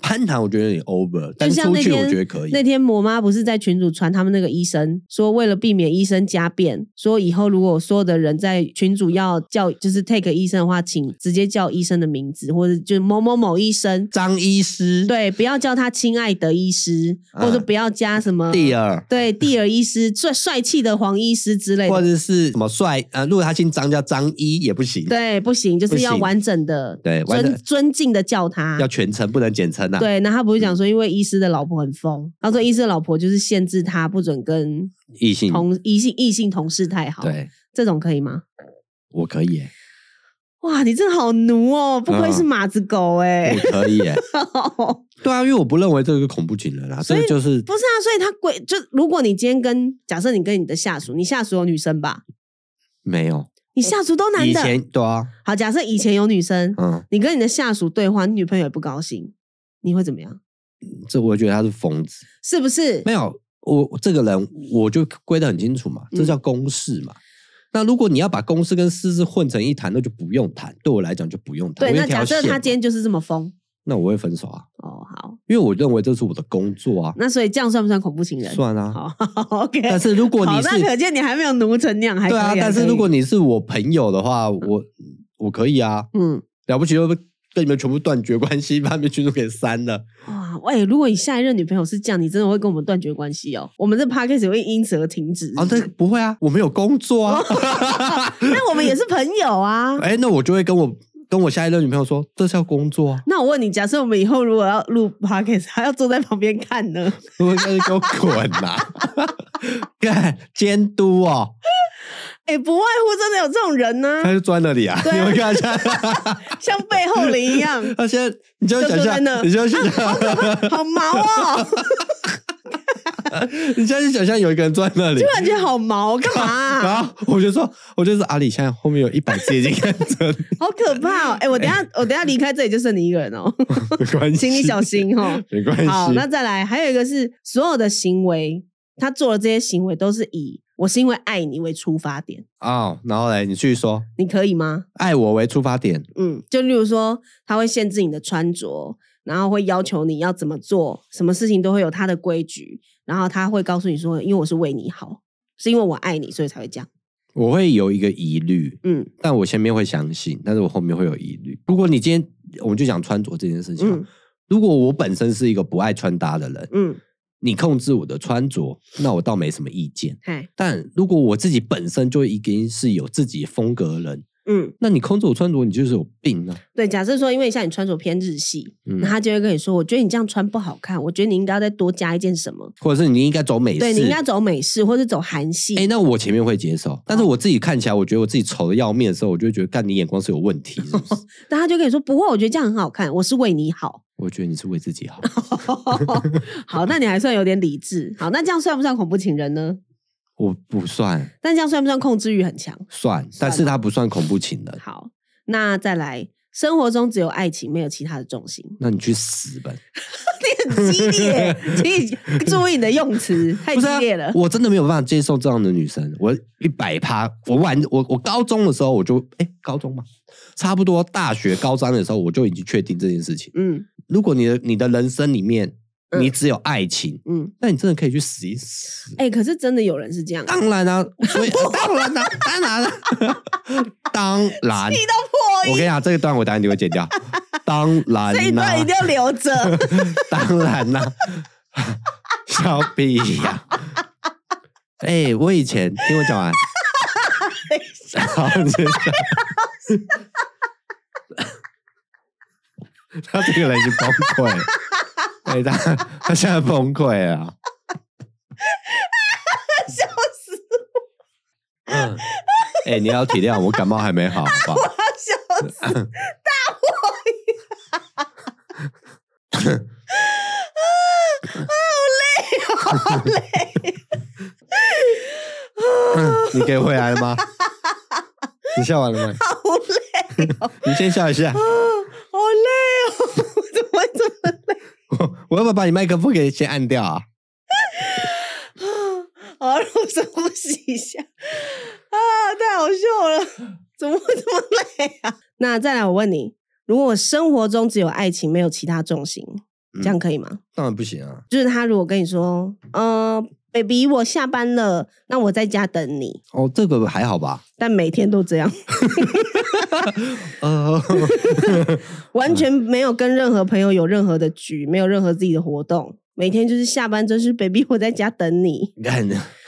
Speaker 1: 攀谈我觉得有点 over，但
Speaker 2: 像
Speaker 1: 出
Speaker 2: 那
Speaker 1: 去我
Speaker 2: 天
Speaker 1: 觉得可以。
Speaker 2: 那天魔妈不是在群主传他们那个医生说，为了避免医生加变，说以后如果所有的人在群主要叫就是 take 医生的话，请直接叫医生的名字，或者就是某某某医生，
Speaker 1: 张医师，，
Speaker 2: 对，不要叫他亲爱的医师，或者
Speaker 1: 嗯
Speaker 2: 不要加什么
Speaker 1: 第二，
Speaker 2: 对，蒂尔医师帅帅气的黄医师之类
Speaker 1: 或
Speaker 2: 的，
Speaker 1: 者是什么帅啊、呃如果他姓张叫张一也不行，，
Speaker 2: 对，不行，就是要
Speaker 1: 不行
Speaker 2: 完整的，
Speaker 1: 对完
Speaker 2: 尊
Speaker 1: 整
Speaker 2: 尊敬的叫他
Speaker 1: 要。全称不能简称啊。，
Speaker 2: 啊对，那他不是讲说，因为医师的老婆很
Speaker 1: 嗯
Speaker 2: 疯，他说医师的老婆就是限制他不准跟
Speaker 1: 异性，
Speaker 2: 同异性异性同事太好，，
Speaker 1: 嗯对
Speaker 2: 这种可以吗？
Speaker 1: 我可以耶，
Speaker 2: 哇，你真的好奴哦，不愧是
Speaker 1: 嗯
Speaker 2: 马子狗哎、
Speaker 1: 我可以
Speaker 2: (laughs)
Speaker 1: 耶，对啊，因为我不认为这个是恐怖情人啊，这个就是
Speaker 2: 不是啊，所以他鬼就如果你今天跟假设你跟你的下属，你下属有女生吧，
Speaker 1: 没有
Speaker 2: 你下属都男
Speaker 1: 以
Speaker 2: 的，
Speaker 1: 前对啊，
Speaker 2: 好，假设以前有女生，
Speaker 1: 嗯，
Speaker 2: 你跟你的下属对话，你女朋友也不高兴，你会怎么样？
Speaker 1: 这我觉得他是疯子，
Speaker 2: 是不是？
Speaker 1: 没有我这个人我就归得很清楚嘛，
Speaker 2: 嗯
Speaker 1: 这叫公式嘛。那如果你要把公式跟私事混成一谈，那就不用谈。对我来讲就不用谈。
Speaker 2: 对，
Speaker 1: 我一
Speaker 2: 那
Speaker 1: 条
Speaker 2: 假设
Speaker 1: 线
Speaker 2: 他
Speaker 1: 嘛
Speaker 2: 今天就是这么疯
Speaker 1: 那我会分手啊，
Speaker 2: 哦，好，
Speaker 1: 因为我认为这是我的工作啊，
Speaker 2: 那所以这样算不算恐怖情人？
Speaker 1: 算啊。
Speaker 2: 好 (laughs) ，OK。
Speaker 1: 但是如果
Speaker 2: 好
Speaker 1: 你
Speaker 2: 那可
Speaker 1: 是
Speaker 2: 见你还没有奴成那样，还可
Speaker 1: 对
Speaker 2: 以
Speaker 1: 啊，
Speaker 2: 还
Speaker 1: 但
Speaker 2: 可
Speaker 1: 是
Speaker 2: 以
Speaker 1: 如果你是我朋友的话，我我可以啊，
Speaker 2: 嗯，
Speaker 1: 了不起就跟你们全部断绝关系，把你们群主给删了。
Speaker 2: 哇，喂，如果你下一任女朋友是这样，你真的会跟我们断绝关系哦。我们这 podcast 会因此而停止
Speaker 1: 啊，
Speaker 2: 是
Speaker 1: 这
Speaker 2: 不是
Speaker 1: 不会啊，我们有工作
Speaker 2: (laughs)
Speaker 1: 啊。
Speaker 2: 那我们也是朋
Speaker 1: (laughs)
Speaker 2: 友啊。
Speaker 1: 哎，那我就会跟我跟我下一任女朋友说，这是要工作啊，
Speaker 2: 那我问你，假设我们以后如果要录 podcast，还要坐在旁边看呢？
Speaker 1: 如果那就给我滚啦！ (laughs) 干监督哦，
Speaker 2: 哎、不外乎真的有这种人呢、
Speaker 1: 他就钻那里啊，
Speaker 2: 对
Speaker 1: 你
Speaker 2: 啊
Speaker 1: 们看一下。
Speaker 2: 像背后灵一样。
Speaker 1: 他现在你就要想
Speaker 2: 就坐在 (laughs)
Speaker 1: 象，
Speaker 2: 那 (laughs)
Speaker 1: 你就要想象。
Speaker 2: 好毛哦！
Speaker 1: 你现在就想象有一个人坐在那里
Speaker 2: 就，感觉好毛，干嘛啊、
Speaker 1: 然后我就说，我就说阿里现在后面有一百只眼睛看着你，
Speaker 2: 好可怕哦！
Speaker 1: (laughs)
Speaker 2: 哎、我等一下我等一下离开这里就剩你一个人哦，
Speaker 1: 没关系，
Speaker 2: 请你小，心哦。
Speaker 1: 没关系。
Speaker 2: 好，那再来，还有一个是所有的行为，他做的这些行为都是以我是因为爱你为出发点，
Speaker 1: 哦，然后嘞，你继续说，
Speaker 2: 你可以吗？
Speaker 1: 爱我为出发点，
Speaker 2: 嗯，就例如说，他会限制你的穿着，然后会要求你要怎么做，什么事情都会有他的规矩，然后他会告诉你说，因为我是为你好，是因为我爱你，所以才会这样。
Speaker 1: 我会有一个疑虑，
Speaker 2: 嗯
Speaker 1: 但我前面会相信，但是我后面会有疑虑。如果你今天，我们就讲穿着这件事情啊、
Speaker 2: 嗯
Speaker 1: 如果我本身是一个不爱穿搭的人，
Speaker 2: 嗯，
Speaker 1: 你控制我的穿着，那我倒没什么意见。
Speaker 2: 嗨，
Speaker 1: 但如果我自己本身就已经是有自己风格的人，
Speaker 2: 嗯，
Speaker 1: 那你控制我穿着，你就是有病啊！
Speaker 2: 对。假设说，因为像你穿着偏日系，
Speaker 1: 嗯
Speaker 2: 那，他就会跟你说，我觉得你这样穿不好看，我觉得你应该要再多加一件什么，
Speaker 1: 或者是你应该走美式，
Speaker 2: 对你应该走美式或是走韩系。
Speaker 1: 哎、那我前面会接受，
Speaker 2: 哦
Speaker 1: 但是我自己看起来，我觉得我自己丑的要命的时候，我就会觉得，干你眼光是有问题，是不
Speaker 2: (laughs)
Speaker 1: 是？
Speaker 2: 但他就跟你说，不会，我觉得这样很好看，我是为你好。 (laughs)
Speaker 1: 我觉得你是为自己好，
Speaker 2: 好，那你还算有点理智。好，那这样算不算恐怖情人呢？
Speaker 1: 我不算
Speaker 2: 但这样算不算控制欲很强？ (laughs)
Speaker 1: 算，但是他不算恐怖情人，。
Speaker 2: 好，那再来，生活中只有爱情，没有其他的重心
Speaker 1: 那你去死吧！
Speaker 2: 你很激烈， (laughs)
Speaker 1: (laughs)
Speaker 2: 请你注意你的用词，太
Speaker 1: 不
Speaker 2: 激
Speaker 1: 是啊
Speaker 2: 烈了。
Speaker 1: 我真的没有办法接受这样的女生。我一百趴，我玩我我高中的时候我就哎、高中嘛，差不多大学高三的时候我就已经确定这件事情。
Speaker 2: 嗯
Speaker 1: 如果你的你的人生里面
Speaker 2: 嗯
Speaker 1: 你只有爱情，
Speaker 2: 嗯，
Speaker 1: 那你真的可以去死一死。
Speaker 2: 哎、可是真的有人是这样，
Speaker 1: 当然啊，所
Speaker 2: (laughs)
Speaker 1: 以当然啊，当然啊，当然。
Speaker 2: 气到破
Speaker 1: 我跟
Speaker 2: 音
Speaker 1: 你，讲，这一段我当然就会剪掉。当然啊
Speaker 2: 这一
Speaker 1: 啦、
Speaker 2: 段一定要留
Speaker 1: (laughs)
Speaker 2: 着。
Speaker 1: 当然啦、 (laughs) 小屁 (laughs) 呀、哎、我以前听我讲完。好，你先讲。 (laughs) 他这个人已经崩溃了，对他，他现在崩溃了。
Speaker 2: 笑死
Speaker 1: 嗯，哎、你要体谅我，感冒还没好，好不好？
Speaker 2: 我，笑死！
Speaker 1: 嗯你可以回来了吗？你笑完了吗？
Speaker 2: 好累，
Speaker 1: 你先笑一 (laughs) 下。
Speaker 2: 好累哦！怎么会这么
Speaker 1: 我我要不要把你麦克风给先按掉啊？
Speaker 2: 好，让我深呼吸一下。啊，太好笑了，怎么会这么累啊？那再来，我问你，如果我生活中只有爱情，没有其他重心，这样可以吗？
Speaker 1: 当然不行啊！
Speaker 2: 就是他如果跟你说，嗯、b a b y 我下班了，那我在家等你。
Speaker 1: 哦，这个还好吧？
Speaker 2: 但每天都
Speaker 1: (laughs)
Speaker 2: 这样，
Speaker 1: 呃，嗯
Speaker 2: 完全没有跟任何朋友有任何的局，没有任何自己的活动，每天就是下班就是 baby 我在家等你，
Speaker 1: 你看，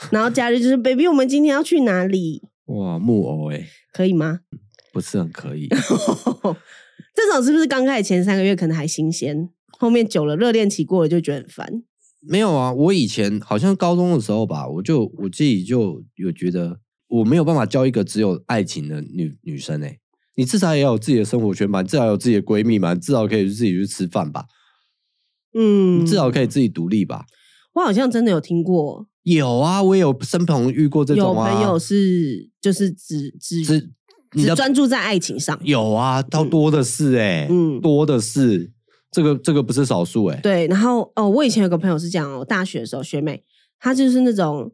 Speaker 2: 然后假日就是 baby 我们今天要去哪里，
Speaker 1: 哇，木偶哎、
Speaker 2: 可以吗？ (laughs)
Speaker 1: 不是很可以。 (laughs)
Speaker 2: 这种是不是刚开始前三个月可能还新鲜，后面久了热恋期过了就觉得很烦？
Speaker 1: 没有啊，我以前好像高中的时候吧，我就我自己就有觉得我没有办法交一个只有爱情的女女生哎、你至少也要有自己的生活圈吧，你至少有自己的闺蜜嘛，你至少可以自己去吃饭吧，
Speaker 2: 嗯，
Speaker 1: 你至少可以自己独立吧。
Speaker 2: 我好像真的有听过，
Speaker 1: 有啊，我也有身旁遇过这
Speaker 2: 有
Speaker 1: 种啊，
Speaker 2: 朋友是就是只只
Speaker 1: 只你
Speaker 2: 只
Speaker 1: 的
Speaker 2: 专注在爱情上，
Speaker 1: 有啊，到
Speaker 2: 嗯
Speaker 1: 多的是哎、
Speaker 2: 嗯
Speaker 1: 多的是，这个这个不是少数哎、
Speaker 2: 对。然后哦，我以前有个朋友是这样哦，我大学的时候学妹，她就是那种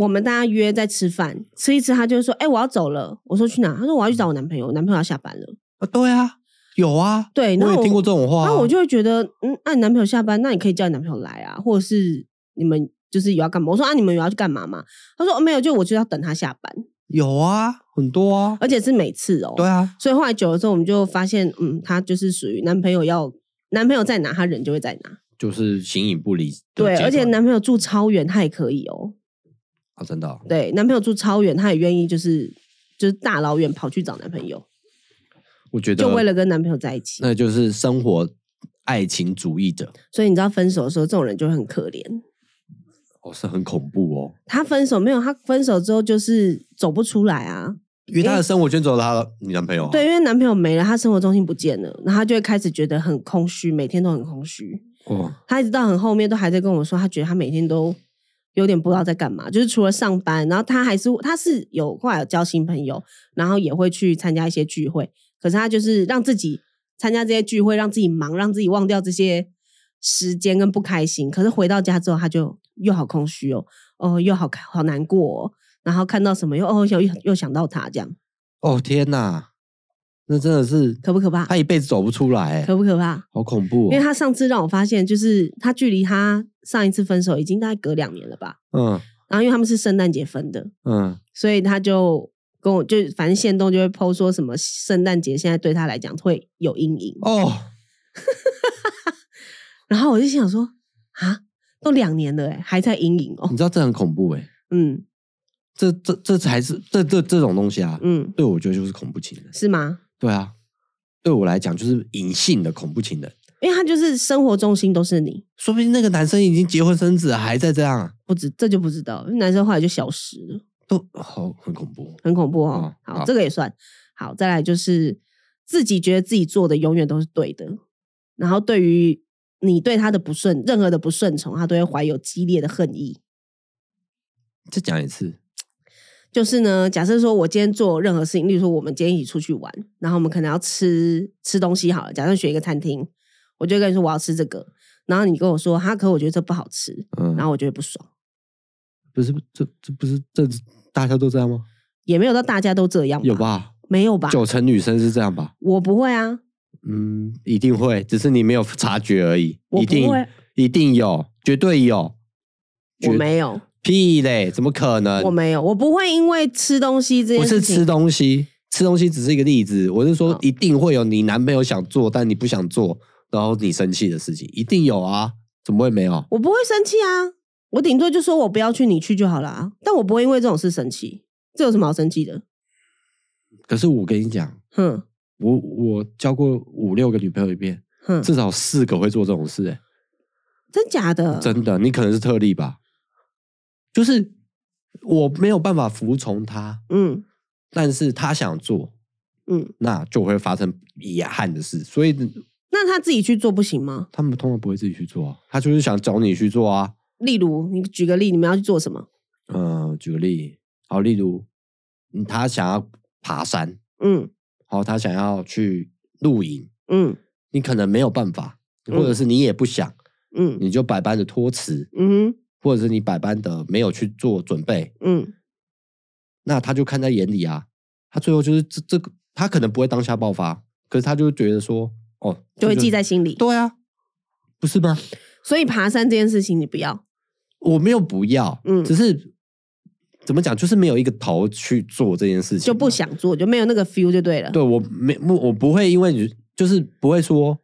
Speaker 2: 我们大家约在吃饭，吃一吃，她就会说：“哎、我要走了。”我说：“去哪？”她说：“我要去找我男朋友，我男朋友要下班了。
Speaker 1: 啊，对啊，有啊，
Speaker 2: 对然
Speaker 1: 我
Speaker 2: 后
Speaker 1: 也听
Speaker 2: 我
Speaker 1: 过这种话啊、
Speaker 2: 那我就会觉得，嗯，那、你男朋友下班，那你可以叫你男朋友来啊，或者是你们就是有要干嘛？我说啊，你们有要去干嘛吗？他说、哦、没有，就我就要等他下班，
Speaker 1: 有啊，很多啊，
Speaker 2: 而且是每次哦。
Speaker 1: 对啊，
Speaker 2: 所以后来久了之后，我们就发现，嗯，他就是属于男朋友要男朋友在哪，他人就会在哪。
Speaker 1: 就是形影不离的
Speaker 2: 对，
Speaker 1: 阶
Speaker 2: 而且
Speaker 1: 段
Speaker 2: 男朋友住超远，他也可以哦。
Speaker 1: 啊，真的哦、
Speaker 2: 对，男朋友住超远，他也愿意就是就是大老远跑去找男朋友，
Speaker 1: 我觉得
Speaker 2: 就为了跟男朋友在一起。
Speaker 1: 那就是生活爱情主义者，
Speaker 2: 所以你知道分手的时候，这种人就会很可怜。
Speaker 1: 哦，是很恐怖哦，
Speaker 2: 他分手没有，他分手之后就是走不出来啊。
Speaker 1: 因为他的生活圈走了她的女男朋友、啊，
Speaker 2: 对，因为男朋友没了，她生活重心不见了，然后她就会开始觉得很空虚，每天都很空虚。
Speaker 1: 哦，
Speaker 2: 他一直到很后面都还在跟我说，他觉得他每天都有点不知道在干嘛，就是除了上班，然后他还是他是有后来有交新朋友，然后也会去参加一些聚会，可是他就是让自己参加这些聚会，让自己忙，让自己忘掉这些时间跟不开心。可是回到家之后，他就又好空虚哦，哦又好好难过、哦，然后看到什么又哦又又又想到他这样，
Speaker 1: 哦天哪，那真的是
Speaker 2: 可不可怕？
Speaker 1: 他一辈子走不出来、欸，
Speaker 2: 可不可怕？
Speaker 1: 好恐怖、哦。
Speaker 2: 因为他上次让我发现，就是他距离他上一次分手已经大概隔两年了吧。
Speaker 1: 嗯
Speaker 2: 然后因为他们是圣诞节分的，
Speaker 1: 嗯，
Speaker 2: 所以他就跟我就反正线动就会剖说什么圣诞节现在对他来讲会有阴影。
Speaker 1: 哦，
Speaker 2: 然后我就心想说啊，都两年了、欸，还在阴影哦
Speaker 1: 你。知道这很恐怖哎、
Speaker 2: 嗯
Speaker 1: 这这这才是这这这种东西啊，
Speaker 2: 嗯，
Speaker 1: 对我觉得就是恐怖情人。
Speaker 2: 是吗？
Speaker 1: 对啊，对我来讲就是隐性的恐怖情人，
Speaker 2: 因为他就是生活重心都是你，
Speaker 1: 说不定那个男生已经结婚生子了，还在这样啊，
Speaker 2: 不知这就不知道。因为男生后来就消失了。
Speaker 1: 都好很恐怖。
Speaker 2: 很恐怖哦。
Speaker 1: 嗯
Speaker 2: 好，
Speaker 1: 好
Speaker 2: 这个也算。好，再来就是自己觉得自己做的永远都是对的，然后对于你对他的不顺，任何的不顺从，他都会怀有激烈的恨意。
Speaker 1: 再讲一次，
Speaker 2: 就是呢，假设说我今天做任何事情，例如说我们今天一起出去玩，然后我们可能要吃吃东西好了，假设选一个餐厅，我就跟你说我要吃这个，然后你跟我说哈，可我觉得这不好吃，
Speaker 1: 嗯，
Speaker 2: 然后我就会不爽。
Speaker 1: 不是这这不是这大家都这样吗？
Speaker 2: 也没有到大家都这样，
Speaker 1: 有？吧？
Speaker 2: 没有吧？
Speaker 1: 九成女生是这样吧？
Speaker 2: 我不会啊，
Speaker 1: 嗯，一定会，只是你没有察觉而已。
Speaker 2: 我
Speaker 1: 一
Speaker 2: 不会
Speaker 1: 定一定有，绝对有。
Speaker 2: 我
Speaker 1: 绝
Speaker 2: 没有，
Speaker 1: 屁嘞，怎么可能？
Speaker 2: 我没有，我不会因为吃东西这
Speaker 1: 不
Speaker 2: 件
Speaker 1: 是
Speaker 2: 事情
Speaker 1: 吃东西，吃东西只是一个例子。我是说
Speaker 2: 好，
Speaker 1: 一定会有你男朋友想做，但你不想做，然后你生气的事情，一定有啊，怎么会没有？
Speaker 2: 我不会生气啊，我顶多就说我不要去，你去就好了啊。但我不会因为这种事生气，这有什么好生气的？
Speaker 1: 可是我跟你讲，
Speaker 2: 哼
Speaker 1: 我我交过五六个女朋友一遍，
Speaker 2: 哼，
Speaker 1: 至少四个会做这种事、欸，
Speaker 2: 真假的？
Speaker 1: 真的，你可能是特例吧。就是我没有办法服从他，
Speaker 2: 嗯
Speaker 1: 但是他想做，
Speaker 2: 嗯，
Speaker 1: 那就会发生遗憾的事。所以
Speaker 2: 那他自己去做不行吗？
Speaker 1: 他们通常不会自己去做啊，他就是想找你去做啊。
Speaker 2: 例如，你举个例，你们要去做什么？
Speaker 1: 嗯，举个例，好，例如，嗯，他想要爬山，
Speaker 2: 嗯
Speaker 1: 好，他想要去露营，
Speaker 2: 嗯
Speaker 1: 你可能没有办法，或者
Speaker 2: 嗯
Speaker 1: 是你也不想，
Speaker 2: 嗯
Speaker 1: 你就百般的托辞，
Speaker 2: 嗯哼
Speaker 1: 或者是你百般的没有去做准备，
Speaker 2: 嗯，
Speaker 1: 那他就看在眼里啊。他最后就是这这个，他可能不会当下爆发，可是他就会觉得说，哦，
Speaker 2: 就会
Speaker 1: 这
Speaker 2: 记在心里。
Speaker 1: 对啊，不是吗？
Speaker 2: 所以爬山这件事情你不要。
Speaker 1: 啊我没有不要，
Speaker 2: 嗯
Speaker 1: 只是怎么讲，就是没有一个头去做这件事情，
Speaker 2: 就不。想做，就没有那个 feel 就对了。
Speaker 1: 对我没我我不会因为你就是不会说，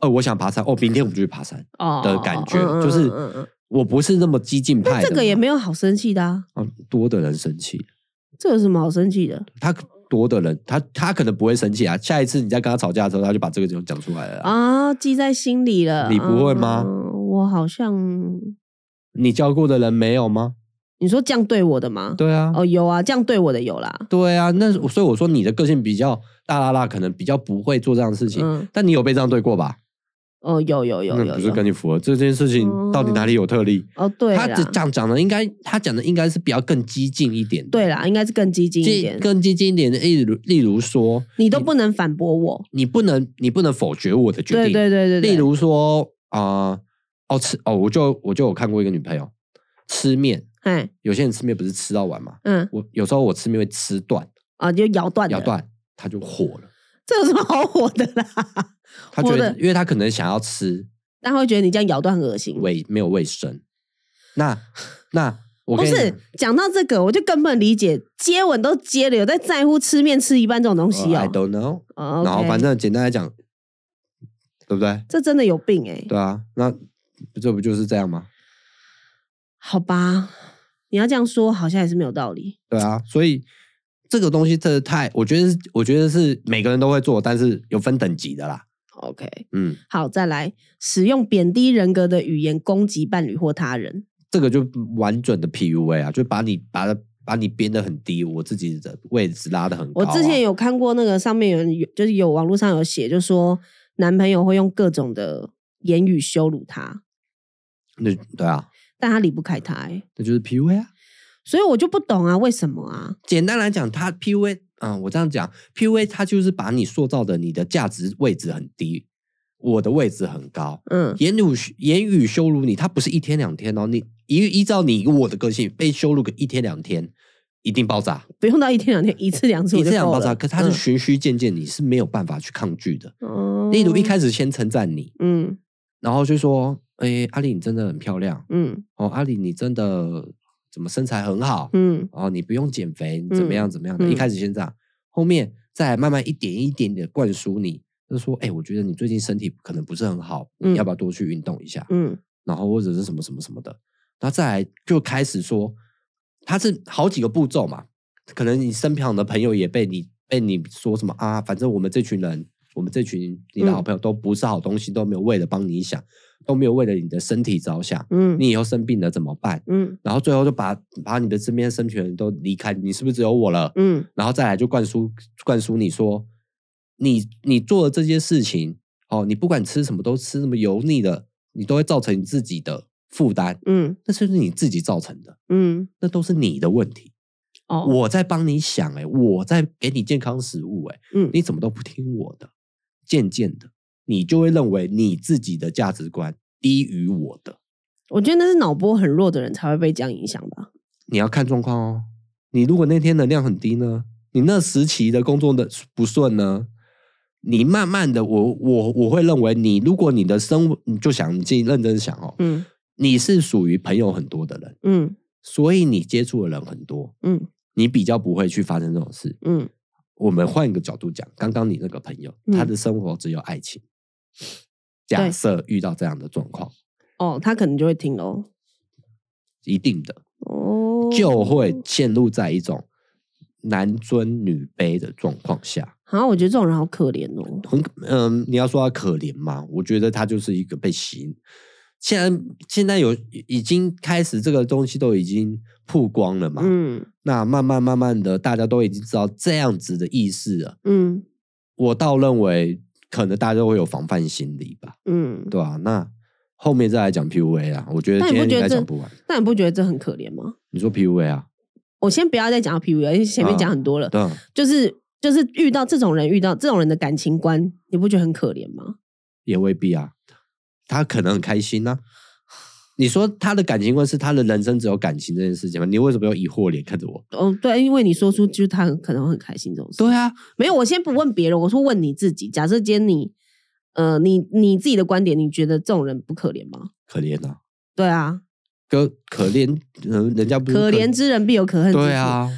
Speaker 1: 哦，我想爬山，哦，明天我们就去爬山
Speaker 2: 哦
Speaker 1: 的感觉，
Speaker 2: 嗯嗯
Speaker 1: 就是
Speaker 2: 嗯嗯嗯
Speaker 1: 我不是那么激进派
Speaker 2: 那
Speaker 1: 的。
Speaker 2: 这个也没有好生气的啊，
Speaker 1: 嗯，多的人生气，
Speaker 2: 这有什么好生气的？
Speaker 1: 他多的人，他他可能不会生气啊。下一次你再跟他吵架的时候，他就把这个就讲出来了啊。
Speaker 2: 啊，记在心里了。
Speaker 1: 你不会吗
Speaker 2: 嗯我好像，
Speaker 1: 你教过的人没有吗？
Speaker 2: 你说这样对我的吗？、
Speaker 1: 对啊，
Speaker 2: 哦，有啊，这样对我的有啦。
Speaker 1: 对啊。那所以我说你的个性比较大啦啦，可能比较不会做这样的事情。
Speaker 2: 嗯，
Speaker 1: 但你有被这样对过吧？
Speaker 2: 哦，有有有
Speaker 1: 那
Speaker 2: 有
Speaker 1: 不是
Speaker 2: 有
Speaker 1: 跟你符合这件事情到底哪里有特例？
Speaker 2: 哦，对
Speaker 1: 他
Speaker 2: 啦，
Speaker 1: 只讲讲的应该，他讲的应该是比较更激进一点的。
Speaker 2: 对啦，应该是更激进一
Speaker 1: 激
Speaker 2: 点。
Speaker 1: 更激进一点的，例如例如说，
Speaker 2: 你都不能反驳我。
Speaker 1: 你不能你不能否决我的决定。
Speaker 2: 对对对对对，
Speaker 1: 例如说啊、呃哦吃哦，我就我就有看过一个女朋友吃面，
Speaker 2: 哎，
Speaker 1: 有些人吃面不是吃到完嘛，
Speaker 2: 嗯
Speaker 1: 我有时候我吃面会吃断，
Speaker 2: 啊，就咬断
Speaker 1: 咬
Speaker 2: 了，
Speaker 1: 断她就火了，
Speaker 2: 这有什么好火的啦？ (laughs)
Speaker 1: 她觉
Speaker 2: 火
Speaker 1: 得
Speaker 2: 的
Speaker 1: 因为她可能想要吃
Speaker 2: 大家会觉得你这样咬断很恶心。
Speaker 1: 卫没有卫生，
Speaker 2: (laughs)
Speaker 1: 那那我
Speaker 2: 不
Speaker 1: 跟你
Speaker 2: 是
Speaker 1: 讲
Speaker 2: 讲到这个，我就根本理解接吻都接了，有在在乎吃面吃一半这种东西
Speaker 1: 呃
Speaker 2: 哦
Speaker 1: I。don't know，、
Speaker 2: 哦
Speaker 1: 然后
Speaker 2: OK
Speaker 1: 反正简单来讲，对不对？
Speaker 2: 这真的有病哎、
Speaker 1: 对啊，那这不就是这样吗？
Speaker 2: 好吧，你要这样说，好像也是没有道理。
Speaker 1: 对啊，所以这个东西真的太，我觉得是，我觉得是每个人都会做，但是有分等级的啦。
Speaker 2: OK，
Speaker 1: 嗯，
Speaker 2: 好，再来使用贬低人格的语言攻击伴侣或他人。
Speaker 1: 这个就完整的 PUA 啊，就把你把它把你编得很低，我自己的位置拉得很高
Speaker 2: 我
Speaker 1: 啊、
Speaker 2: 之前有看过那个上面有人有，就是有网络上有写，就说男朋友会用各种的言语羞辱他，
Speaker 1: 那对啊，
Speaker 2: 但他离不开他、欸，
Speaker 1: 那就是 PUA 啊。
Speaker 2: 所以我就不懂啊，为什么啊？
Speaker 1: 简单来讲，他 PUA，嗯，我这样讲，PUA 他就是把你塑造的你的价值位置很低，我的位置很高，
Speaker 2: 嗯，
Speaker 1: 言语言语羞辱你，他不是一天两天哦，你依依照你我的个性被羞辱个一天两天，一定爆炸，
Speaker 2: 不用到一天两天，一次两次
Speaker 1: 一
Speaker 2: 我就
Speaker 1: 天两
Speaker 2: 够
Speaker 1: 爆
Speaker 2: 了。
Speaker 1: 炸。可它是循序渐进，你是没有办法去抗拒的。
Speaker 2: 嗯，
Speaker 1: 例如一开始先称赞你，
Speaker 2: 嗯
Speaker 1: 然后就说：“哎，阿丽你真的很漂亮
Speaker 2: 嗯
Speaker 1: 哦，阿丽你真的怎么身材很好
Speaker 2: 嗯
Speaker 1: 哦，你不用减肥，你怎么样怎么样的。”
Speaker 2: 嗯
Speaker 1: 一开始先这样，后面再慢慢一点一点的灌输你，就说：“哎，我觉得你最近身体可能不是很好，
Speaker 2: 嗯
Speaker 1: 你要不要多去运动一下？”
Speaker 2: 嗯
Speaker 1: 然后或者是什么什么什么的，然后再来就开始说，它是好几个步骤嘛，可能你身旁的朋友也被你被你说什么啊，反正我们这群人，我们这群你的好朋友都不是好东西，都没有为了帮你想，都没有为了你的身体着想，
Speaker 2: 嗯，
Speaker 1: 你以后生病了怎么办？
Speaker 2: 嗯
Speaker 1: 然后最后就把把你的身边身边的人都离开，你是不是只有我了？
Speaker 2: 嗯
Speaker 1: 然后再来就灌输灌输你说，你你做的这些事情，哦，你不管吃什么都吃什么油腻的，你都会造成你自己的负担，
Speaker 2: 嗯
Speaker 1: 那是你自己造成的，
Speaker 2: 嗯，
Speaker 1: 那都是你的问题。
Speaker 2: 哦，
Speaker 1: 我在帮你想、欸，我在给你健康食物、欸，
Speaker 2: 嗯
Speaker 1: 你怎么都不听我的？渐渐的，你就会认为你自己的价值观低于我的。
Speaker 2: 我觉得那是脑波很弱的人才会被这样影响吧。
Speaker 1: 你要看状况哦。你如果那天能量很低呢，你那时期的工作的不顺呢，你慢慢的，我我我会认为你，如果你的生活，你就想你自己认真想哦，
Speaker 2: 嗯
Speaker 1: 你是属于朋友很多的人，
Speaker 2: 嗯
Speaker 1: 所以你接触的人很多，
Speaker 2: 嗯
Speaker 1: 你比较不会去发生这种事。
Speaker 2: 嗯，
Speaker 1: 我们换一个角度讲，刚刚你那个朋友，
Speaker 2: 嗯
Speaker 1: 他的生活只有爱情。假
Speaker 2: 对
Speaker 1: 设遇到这样的状况，
Speaker 2: 哦，他可能就会听喽。
Speaker 1: 一定的
Speaker 2: 哦，
Speaker 1: 就会陷入在一种男尊女卑的状况下。
Speaker 2: 好，我觉得这种人好可怜哦。
Speaker 1: 很嗯，你要说他可怜吗？我觉得他就是一个被洗。现在现在有已经开始这个东西都已经曝光了嘛？
Speaker 2: 嗯
Speaker 1: 那慢慢慢慢的，大家都已经知道这样子的意识了。
Speaker 2: 嗯
Speaker 1: 我倒认为，可能大家都会有防范心理吧，
Speaker 2: 嗯，
Speaker 1: 对吧、那后面再来讲 PUA 啊，我觉得
Speaker 2: 但
Speaker 1: 今
Speaker 2: 你不
Speaker 1: 天应
Speaker 2: 觉
Speaker 1: 该
Speaker 2: 得
Speaker 1: 讲
Speaker 2: 这
Speaker 1: 不完。？
Speaker 2: 但你不觉得这很可怜吗？
Speaker 1: 你说 PUA 啊？
Speaker 2: 我先不要再讲 PUA，因为前面讲很多了，
Speaker 1: 对啊，
Speaker 2: 就是就是遇到这种人，遇到这种人的感情观，你不觉得很可怜吗？
Speaker 1: 也未必啊，他可能很开心呐、你说他的感情观是他的人生只有感情这件事情吗？你为什么要疑惑脸看着我？
Speaker 2: 哦，对，因为你说出就是他很可能很开心这种事。
Speaker 1: 对啊，
Speaker 2: 没有，我先不问别人，我说问你自己。假设今天你，呃，你你自己的观点，你觉得这种人不可怜吗？
Speaker 1: 可怜啊，
Speaker 2: 对啊，
Speaker 1: 哥可怜，人人家不是
Speaker 2: 可怜之人必有可恨之处。
Speaker 1: 对，啊，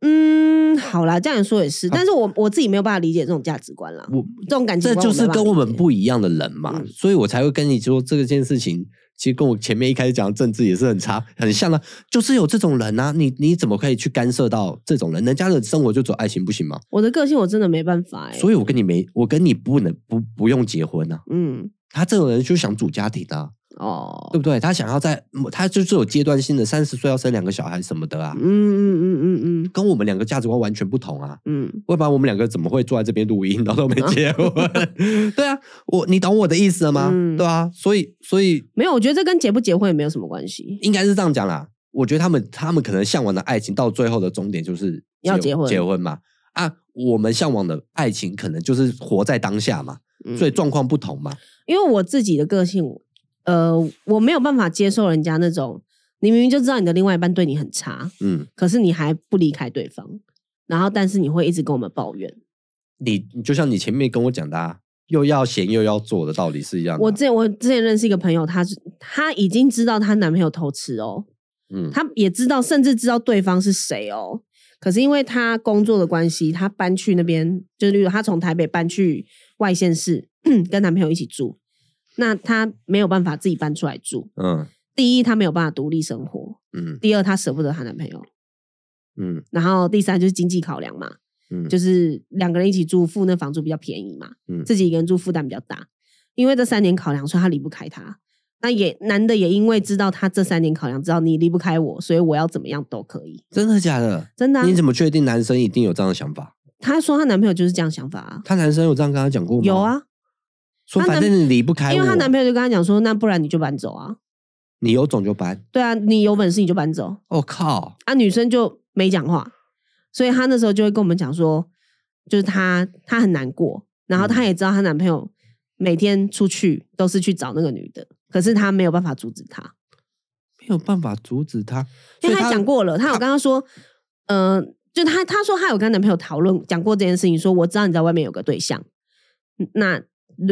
Speaker 2: 嗯，好啦，这样说也是，但是我我自己没有办法理解这种价值观啦，
Speaker 1: 我
Speaker 2: 这种感情
Speaker 1: 这
Speaker 2: 观
Speaker 1: 就是
Speaker 2: 没办
Speaker 1: 跟
Speaker 2: 法
Speaker 1: 我们
Speaker 2: 理解
Speaker 1: 不一样的人嘛，
Speaker 2: 嗯
Speaker 1: 所以我才会跟你说这件事情。其实跟我前面一开始讲的政治也是很差很像的、啊就是有这种人啊，你你怎么可以去干涉到这种人？人家的生活就走爱情不行吗？
Speaker 2: 我的个性，我真的没办法哎、
Speaker 1: 所以我跟你没，我跟你不能不不用结婚啊。
Speaker 2: 嗯，
Speaker 1: 他这种人就想组家庭啊，
Speaker 2: 哦，
Speaker 1: 对不对？他想要在，他就是有阶段性的，三十岁要生两个小孩什么的啊，
Speaker 2: 嗯嗯嗯嗯嗯
Speaker 1: 跟我们两个价值观完全不同啊。
Speaker 2: 嗯，
Speaker 1: 要不然我们两个怎么会坐在这边录音，然后都没结婚？ (laughs) 对啊，我你懂我的意思了吗？
Speaker 2: 嗯
Speaker 1: 对啊，所以所以
Speaker 2: 没有，我觉得这跟结不结婚也没有什么关系。
Speaker 1: 应该是这样讲啦。我觉得他们他们可能向往的爱情，到最后的终点就是
Speaker 2: 要结婚
Speaker 1: 结婚嘛。啊，我们向往的爱情可能就是活在当下嘛，
Speaker 2: 嗯
Speaker 1: 所以状况不同嘛。
Speaker 2: 因为我自己的个性，呃，我没有办法接受人家那种，你明明就知道你的另外一半对你很差，
Speaker 1: 嗯，
Speaker 2: 可是你还不离开对方，然后但是你会一直跟我们抱怨。
Speaker 1: 你你就像你前面跟我讲的、啊，又要闲又要做的道理是一样的啊。
Speaker 2: 我之前我之前认识一个朋友，她是她已经知道她男朋友偷吃哦，
Speaker 1: 嗯，
Speaker 2: 她也知道，甚至知道对方是谁哦。可是因为她工作的关系，她搬去那边，就是例如她从台北搬去外县市， (clears throat) 跟男朋友一起住，那她没有办法自己搬出来住。
Speaker 1: 嗯
Speaker 2: 第一，她没有办法独立生活；
Speaker 1: 嗯
Speaker 2: 第二，她舍不得她男朋友；
Speaker 1: 嗯
Speaker 2: 然后第三就是经济考量嘛，
Speaker 1: 嗯，
Speaker 2: 就是两个人一起住，付那房租比较便宜嘛，
Speaker 1: 嗯
Speaker 2: 自己一个人住负担比较大。因为这三年考量，所以他离不开他。那也男的也因为知道他这三年考量，知道你离不开我，所以我要怎么样都可以。
Speaker 1: 真的假的？
Speaker 2: 真的、啊
Speaker 1: 你，怎么确定男生一定有这样的想法？
Speaker 2: 她说她男朋友就是这样想法啊，
Speaker 1: 她男生有这样跟她讲过吗？
Speaker 2: 有，啊，
Speaker 1: 说
Speaker 2: 她
Speaker 1: 反
Speaker 2: 男
Speaker 1: 正你离不开我，
Speaker 2: 因为她男朋友就跟她讲说，那不然你就搬走啊，
Speaker 1: 你有种就搬。
Speaker 2: 对啊，你有本事你就搬走
Speaker 1: 我、靠，
Speaker 2: 啊，女生就没讲话，所以她那时候就会跟我们讲说，就是她她很难过，然后她也知道她男朋友每天出去都是去找那个女的，可是她没有办法阻止她，
Speaker 1: 没有办法阻止他，
Speaker 2: 因
Speaker 1: 所以
Speaker 2: 为她
Speaker 1: 他
Speaker 2: 讲过了，她有跟她说，嗯、呃，就她她说她有跟男朋友讨论讲过这件事情，说我知道你在外面有个对象，嗯那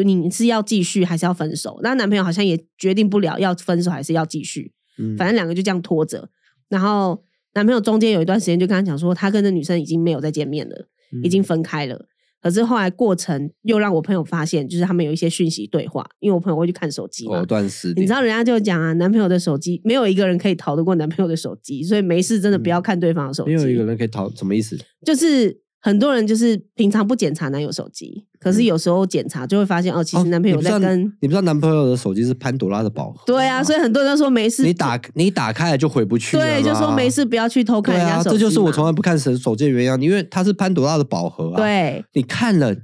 Speaker 2: 你是要继续还是要分手？那男朋友好像也决定不了要分手还是要继续，
Speaker 1: 嗯，
Speaker 2: 反正两个就这样拖着。然后男朋友中间有一段时间就跟她讲说，他跟那女生已经没有再见面了，
Speaker 1: 嗯
Speaker 2: 已经分开了。可是后来过程又让我朋友发现，就是他们有一些讯息对话，因为我朋友会去看手机嘛，
Speaker 1: 藕断丝连。
Speaker 2: 你知道人家就讲啊，男朋友的手机没有一个人可以逃得过男朋友的手机，所以没事真的不要看对方的手机。
Speaker 1: 嗯没有一个人可以逃，什么意思？
Speaker 2: 就是很多人就是平常不检查男友手机，可是有时候检查就会发现哦，其实男朋友在
Speaker 1: 嗯哦你不
Speaker 2: 跟、 (laughs)
Speaker 1: 知道你不知道男朋友的手机是潘多拉的宝盒，
Speaker 2: 对啊，所以很多人都说没事，
Speaker 1: 哦你打你打开了就回不去了
Speaker 2: 对，就说
Speaker 1: 嘛
Speaker 2: 没事，不要去偷看
Speaker 1: 对
Speaker 2: 人家
Speaker 1: 啊，
Speaker 2: 手机嘛、
Speaker 1: 这就是我从来不看手手机的原因啊，因为它是潘多拉的宝盒啊。，
Speaker 2: 对，
Speaker 1: 你看了，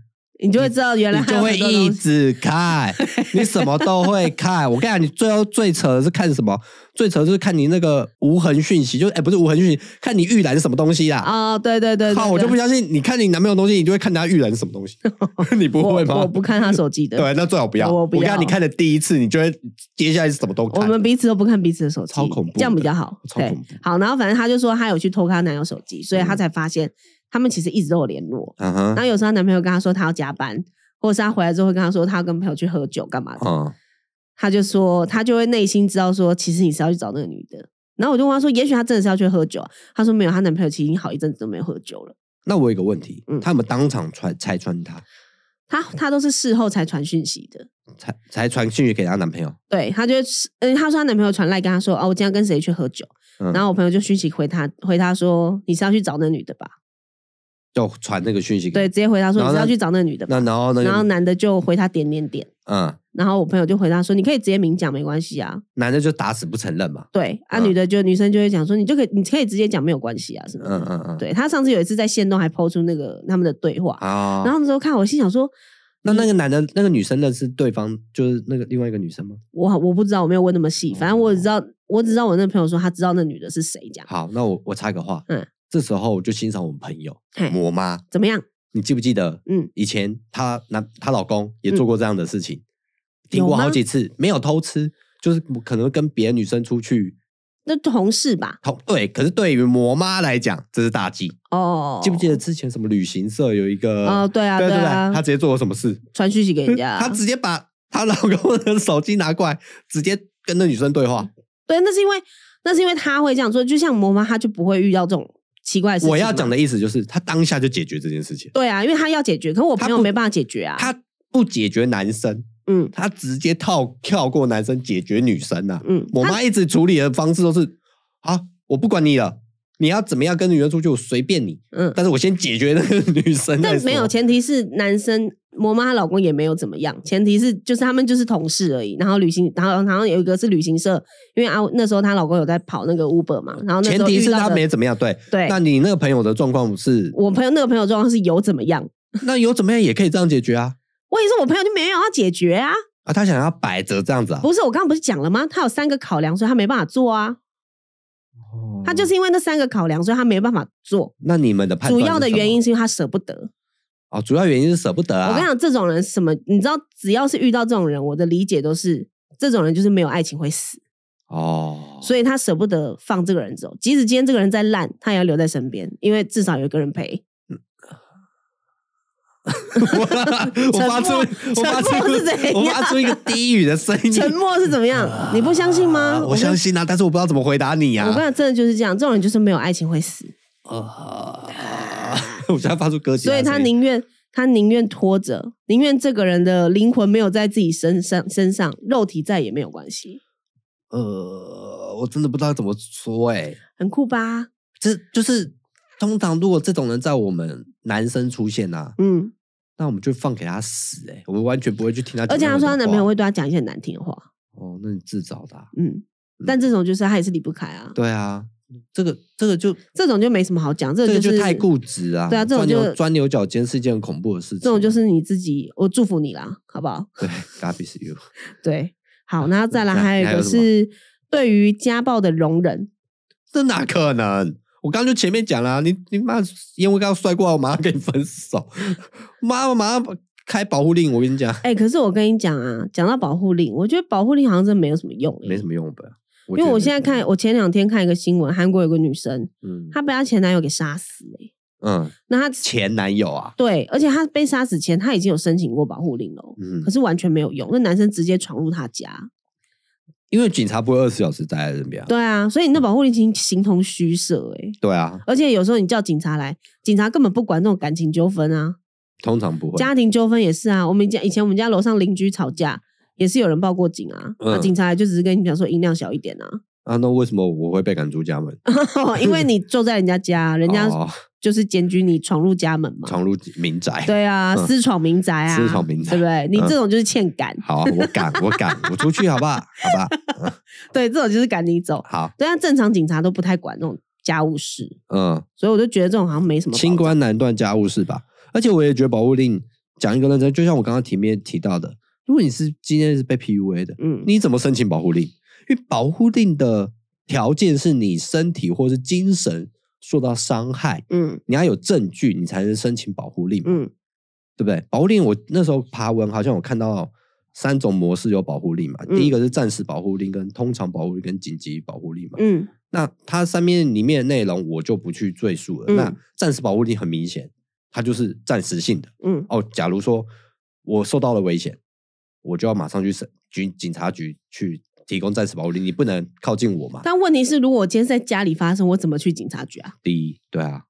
Speaker 2: 你就会知道原来
Speaker 1: 你
Speaker 2: 还
Speaker 1: 就
Speaker 2: 有
Speaker 1: 会
Speaker 2: 很多
Speaker 1: 一
Speaker 2: 东西
Speaker 1: 直
Speaker 2: (laughs)
Speaker 1: 看，你什么都会看。我跟你讲，你最后最扯的是看什么？最扯的是看你那个无痕讯息，就哎、不是无痕讯息，看你预览什么东西啦。
Speaker 2: 哦，对对对对
Speaker 1: (laughs) 靠，我就不
Speaker 2: 对
Speaker 1: 相信，你看你男朋友的东西，你就会看他预览什么
Speaker 2: (laughs)
Speaker 1: 东西，你不会
Speaker 2: 我
Speaker 1: 吗
Speaker 2: 我？不看他手机的，
Speaker 1: (laughs) 对，那最好不要。
Speaker 2: 我不要
Speaker 1: 跟你讲你看的第一次，你就会接下来是什么都
Speaker 2: 我
Speaker 1: 看。
Speaker 2: 们彼此都不看彼此的手机，
Speaker 1: 超恐怖的
Speaker 2: 这样比较好。
Speaker 1: 超
Speaker 2: 对
Speaker 1: 恐怖，
Speaker 2: 好，然后反正她就说她有去偷看她男友手机，所以她
Speaker 1: 嗯
Speaker 2: 才发现他们其实一直都有联络。
Speaker 1: 嗯哼
Speaker 2: 然，后有时候她男朋友跟她说她要加班，或者是她回来之后会跟她说她要跟朋友去喝酒干嘛的，
Speaker 1: 嗯，
Speaker 2: 她就说她就会内心知道说其实你是要去找那个女的。然后我就问她说，也许她真的是要去喝酒、啊，她说没有，她男朋友其实已经好一阵子都没有喝酒了。
Speaker 1: 那我有一个问题，
Speaker 2: 嗯
Speaker 1: 他有没有当场穿拆穿他，
Speaker 2: 她她都是事后才传讯息的，
Speaker 1: 才才传讯息给她男朋友？
Speaker 2: 对，她就会，嗯，她说她男朋友传来跟她说，哦，我今天要跟谁去喝酒，
Speaker 1: 嗯
Speaker 2: 然后我朋友就讯息回她，回她说你是要去找那女的吧？
Speaker 1: 就传那个讯息给
Speaker 2: 对，直接回她说
Speaker 1: 然
Speaker 2: 你
Speaker 1: 后
Speaker 2: 是要
Speaker 1: 那
Speaker 2: 去找那女的吧
Speaker 1: 那？然后那
Speaker 2: 然后
Speaker 1: 个
Speaker 2: 男的就回她点点点，
Speaker 1: 嗯，
Speaker 2: 然后我朋友就回她说你可以直接明讲没关系啊，
Speaker 1: 男的就打死不承认嘛。
Speaker 2: 对啊，
Speaker 1: 嗯
Speaker 2: 女的就女生就会讲说，你就可以，你可以直接讲没有关系啊什么
Speaker 1: 嗯
Speaker 2: 的。
Speaker 1: 嗯嗯，
Speaker 2: 对她上次有一次在线动还抛出那个他们的对话，
Speaker 1: 啊。
Speaker 2: 然后那时候看我心想说，
Speaker 1: 那那个男的，那个女生认识对方就是那个另外一个女生吗？
Speaker 2: 我我不知道，我没有问那么细，反正我只知道，
Speaker 1: 哦
Speaker 2: 我只知道我那朋友说他知道那女的是谁，这样
Speaker 1: 好，那我我插个话，
Speaker 2: 嗯，
Speaker 1: 这时候我就欣赏我们朋友
Speaker 2: 嘿
Speaker 1: 我妈，
Speaker 2: 怎么样？
Speaker 1: 你记不记得？
Speaker 2: 嗯，
Speaker 1: 以前她男她老公也做过这样的事情，听
Speaker 2: 有
Speaker 1: 过
Speaker 2: 吗
Speaker 1: 好几次，没有偷吃，就是可能跟别的女生出去。
Speaker 2: 那同事吧？
Speaker 1: 同对，可是对于魔妈来讲，这是大忌。
Speaker 2: 哦，
Speaker 1: 记不记得之前什么旅行社有一个？
Speaker 2: 哦对啊
Speaker 1: 对
Speaker 2: 对
Speaker 1: 对，
Speaker 2: 啊
Speaker 1: 她直接做了什么事？
Speaker 2: 传讯息给人家？
Speaker 1: 她直接把她老公的手机拿过来，直接跟那女生对话。
Speaker 2: 对，那是因为那是因为他会这样做，就像魔妈，她就不会遇到这种奇怪的事情嘛。
Speaker 1: 我要讲的意思就是，她当下就解决这件事情，
Speaker 2: 对啊，因为她要解决，可我朋
Speaker 1: 她
Speaker 2: 友
Speaker 1: 不
Speaker 2: 没办法解决啊。
Speaker 1: 她不解决男生，
Speaker 2: 嗯
Speaker 1: 她直接跳跳过男生解决女生啊。
Speaker 2: 嗯，
Speaker 1: 我
Speaker 2: 她
Speaker 1: 妈一直处理的方式都是啊，我不管你了，你要怎么样跟女人出去，我随便你，
Speaker 2: 嗯，
Speaker 1: 但是我先解决那个女生再
Speaker 2: 但
Speaker 1: 说。
Speaker 2: 没有，前提是男生魔妈她老公也没有怎么样，前提是就是他们就是同事而已。然后旅行，然后然后有一个是旅行社，因为啊那时候她老公有在跑那个 Uber 嘛，然后那
Speaker 1: 嗯
Speaker 2: 时
Speaker 1: 前
Speaker 2: 候
Speaker 1: 提
Speaker 2: 遇
Speaker 1: 是
Speaker 2: 到
Speaker 1: 她
Speaker 2: 的
Speaker 1: 没怎么样。对，
Speaker 2: 对。
Speaker 1: 那你那个朋友的状况是，
Speaker 2: 我朋友那个朋友状况是有怎么样？
Speaker 1: 那有怎么样也可以这样解决啊
Speaker 2: 我也是，我朋友就没有要解决啊。
Speaker 1: 啊，她想要摆着这样子啊，
Speaker 2: 不是，我刚刚不是讲了吗？他有三个考量，所以他没办法做啊。
Speaker 1: 哦
Speaker 2: 他就是因为那三个考量，所以他没办法做。
Speaker 1: 那你们的判
Speaker 2: 主
Speaker 1: 断
Speaker 2: 要的
Speaker 1: 是什么
Speaker 2: 原因是因为他舍不得。
Speaker 1: 哦，主要原因是舍不得啊。
Speaker 2: 我跟你讲，这种人什么？你知道，只要是遇到这种人，我的理解都是这种人就是没有爱情会死。 (laughs)
Speaker 1: 哦，
Speaker 2: 所以他舍不得放这个人走，即使今天这个人再烂，他也要留在身边，因为至少有一个人
Speaker 1: (laughs)
Speaker 2: 陪。
Speaker 1: 我我发出
Speaker 2: 沉默
Speaker 1: 我发
Speaker 2: 沉默是怎样
Speaker 1: 出我发出一个低语的声音，
Speaker 2: 沉默是怎么样？你不相信吗？
Speaker 1: 啊我相信啊，但是我不知道怎么回答你啊呀
Speaker 2: 跟。我跟你。讲，真的就是这样，这种人就是没有爱情会死，
Speaker 1: 啊 (laughs) 我现在发出歌啊
Speaker 2: 所以他宁愿他宁愿拖着，宁愿这个人的灵魂没有在自己身上身上，肉体再也没有关系，
Speaker 1: 呃，我真的不知道怎么说哎、
Speaker 2: 很酷吧？
Speaker 1: 这就是通常如果这种人在我们男生出现啊，
Speaker 2: 嗯，
Speaker 1: 那我们就放给他死哎、我们完全不会去听他讲
Speaker 2: 而且
Speaker 1: 那么
Speaker 2: 她
Speaker 1: 多
Speaker 2: 说
Speaker 1: 话。
Speaker 2: 她男朋友会对她讲一些很难听的话，
Speaker 1: 哦，那你自找的啊、
Speaker 2: 嗯
Speaker 1: 嗯，
Speaker 2: 但这种就是她也是离不开啊，
Speaker 1: 对啊，这个这个就
Speaker 2: 这种就没什么好讲，这
Speaker 1: 这
Speaker 2: 个
Speaker 1: 个
Speaker 2: 就
Speaker 1: 就是太固执啊！
Speaker 2: 对啊这种
Speaker 1: 钻
Speaker 2: 就
Speaker 1: 牛钻牛角尖是一件很恐怖的事情。
Speaker 2: 这种就是你自己，我祝福你啦，好不好？
Speaker 1: 对 (laughs) g o b is you。
Speaker 2: 对，好，然后再来
Speaker 1: 嗯那
Speaker 2: 还有
Speaker 1: 还
Speaker 2: 一
Speaker 1: 有
Speaker 2: 个
Speaker 1: 什么
Speaker 2: 是对于家暴的容忍，
Speaker 1: 这哪可能？我刚刚就前面讲了、你你妈烟灰缸摔过来，我马上跟你分手， (laughs) 妈我马上开保护令，我跟你讲，
Speaker 2: 哎、可是我跟你讲啊，讲到保护令，我觉得保护令好像真没有什么用、欸，
Speaker 1: 没什么用吧？
Speaker 2: 因为我
Speaker 1: 觉
Speaker 2: 现
Speaker 1: 得
Speaker 2: 在看，我前两天看一个新闻，韩国有个女生，
Speaker 1: 嗯
Speaker 2: 她被她前男友给杀死、欸，
Speaker 1: 嗯，
Speaker 2: 那她
Speaker 1: 前男友啊，
Speaker 2: 对，而且她被杀死前，她已经有申请过保护令了哦，
Speaker 1: 嗯
Speaker 2: 可，是完全没有用，那男生直接闯入她家，
Speaker 1: 因为警察不会二十小时待在那边啊，
Speaker 2: 对啊，所以你的保护令形形同虚设、欸，
Speaker 1: 对啊，
Speaker 2: 而且有时候你叫警察来，警察根本不管那种感情纠纷啊，
Speaker 1: 通常不会，
Speaker 2: 家庭纠纷也是啊。我们家以前我们家楼上邻居吵架，也是有人报过警啊，
Speaker 1: 嗯
Speaker 2: 啊警察就只是跟你讲说音量小一点啊， (laughs) 哦
Speaker 1: 啊，那为什么我会被赶出家门？
Speaker 2: 因为你住在人家家，人家
Speaker 1: 哦
Speaker 2: 就是检举你闯入家门嘛。
Speaker 1: 闯入民宅，
Speaker 2: 对啊，
Speaker 1: 嗯
Speaker 2: 私闯民宅啊，
Speaker 1: 私闯民宅
Speaker 2: 对不对？你
Speaker 1: 嗯
Speaker 2: 这种就是欠赶，
Speaker 1: 好啊，我敢，我敢，我出去好不好？好吧，
Speaker 2: 对，这种就是赶你走。
Speaker 1: 好，
Speaker 2: 对啊，正常警察都不太管那种家务事，
Speaker 1: 嗯，
Speaker 2: 所以我就觉得这种好像没什么保障。
Speaker 1: 清官难断家务事吧。而且我也觉得保护令讲一个认真，就像我刚刚前面提到的，如果你是今天是被 PUA 的，
Speaker 2: 嗯，
Speaker 1: 你怎么申请保护令？因为保护令的条件是你身体或是精神受到伤害，
Speaker 2: 嗯
Speaker 1: 你要有证据，你才能申请保护令嘛，
Speaker 2: 嗯
Speaker 1: 对不对？保护令我那时候爬文好像我看到。三种模式有保护令嘛？
Speaker 2: 嗯
Speaker 1: 第一个是暂时保护令、跟通常保护令、跟紧急保护令嘛。
Speaker 2: 嗯
Speaker 1: 那它上面里面的内容我就不去赘述了。
Speaker 2: 嗯
Speaker 1: 那暂时保护令很明显，它就是暂时性的。
Speaker 2: 嗯
Speaker 1: 哦，假如说我受到了危险，我就要马上去审局警察局去提供暂时保护令，你不能靠近我嘛。
Speaker 2: 但问题是，如果我今天是在家里发生，我怎么去警察局啊？
Speaker 1: 第一，对啊，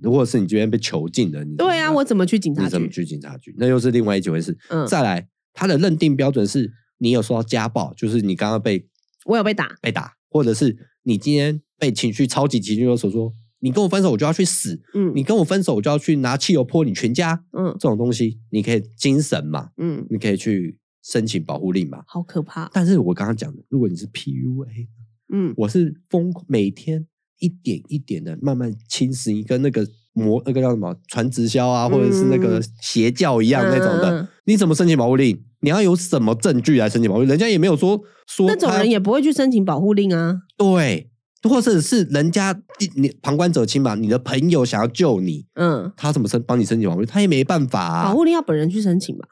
Speaker 1: 如果是你今天被囚禁了，你怎么
Speaker 2: 对啊，
Speaker 1: 办
Speaker 2: 我怎么去警察
Speaker 1: 嗯你怎么
Speaker 2: 局？
Speaker 1: 去警察局？那又是另外一回事。
Speaker 2: 嗯，
Speaker 1: 再来，它的认定标准是你有受到家暴，就是你刚刚被
Speaker 2: 我有被打，
Speaker 1: 被打，或者是你今天被情绪超级情绪勒索说。你跟我分手，我就要去死。
Speaker 2: 嗯，
Speaker 1: 你跟我分手，我就要去拿汽油泼你全家，
Speaker 2: 嗯
Speaker 1: 这种东西你可以精神嘛，
Speaker 2: 嗯，
Speaker 1: 你可以去申请保护令嘛。
Speaker 2: 好可怕，
Speaker 1: 但是我刚刚讲的，如果你是 PUA，
Speaker 2: 嗯
Speaker 1: 我是疯狂每天一点一点的慢慢侵蚀你，跟那个魔那个叫什么传直销啊，或者是那个
Speaker 2: 嗯
Speaker 1: 邪教一样那种
Speaker 2: 嗯嗯嗯
Speaker 1: 的，你怎么申请保护令？你要有什么证据来申请保护令？人家也没有说说
Speaker 2: 嗯那种
Speaker 1: 他
Speaker 2: 人也不会去申请保护令啊，
Speaker 1: 对，或者是人家你旁观者清嘛，你的朋友想要救你，
Speaker 2: 嗯，
Speaker 1: 他怎么申帮你申请保护令？他也没办法、啊，
Speaker 2: 保护令要本人去申请吧，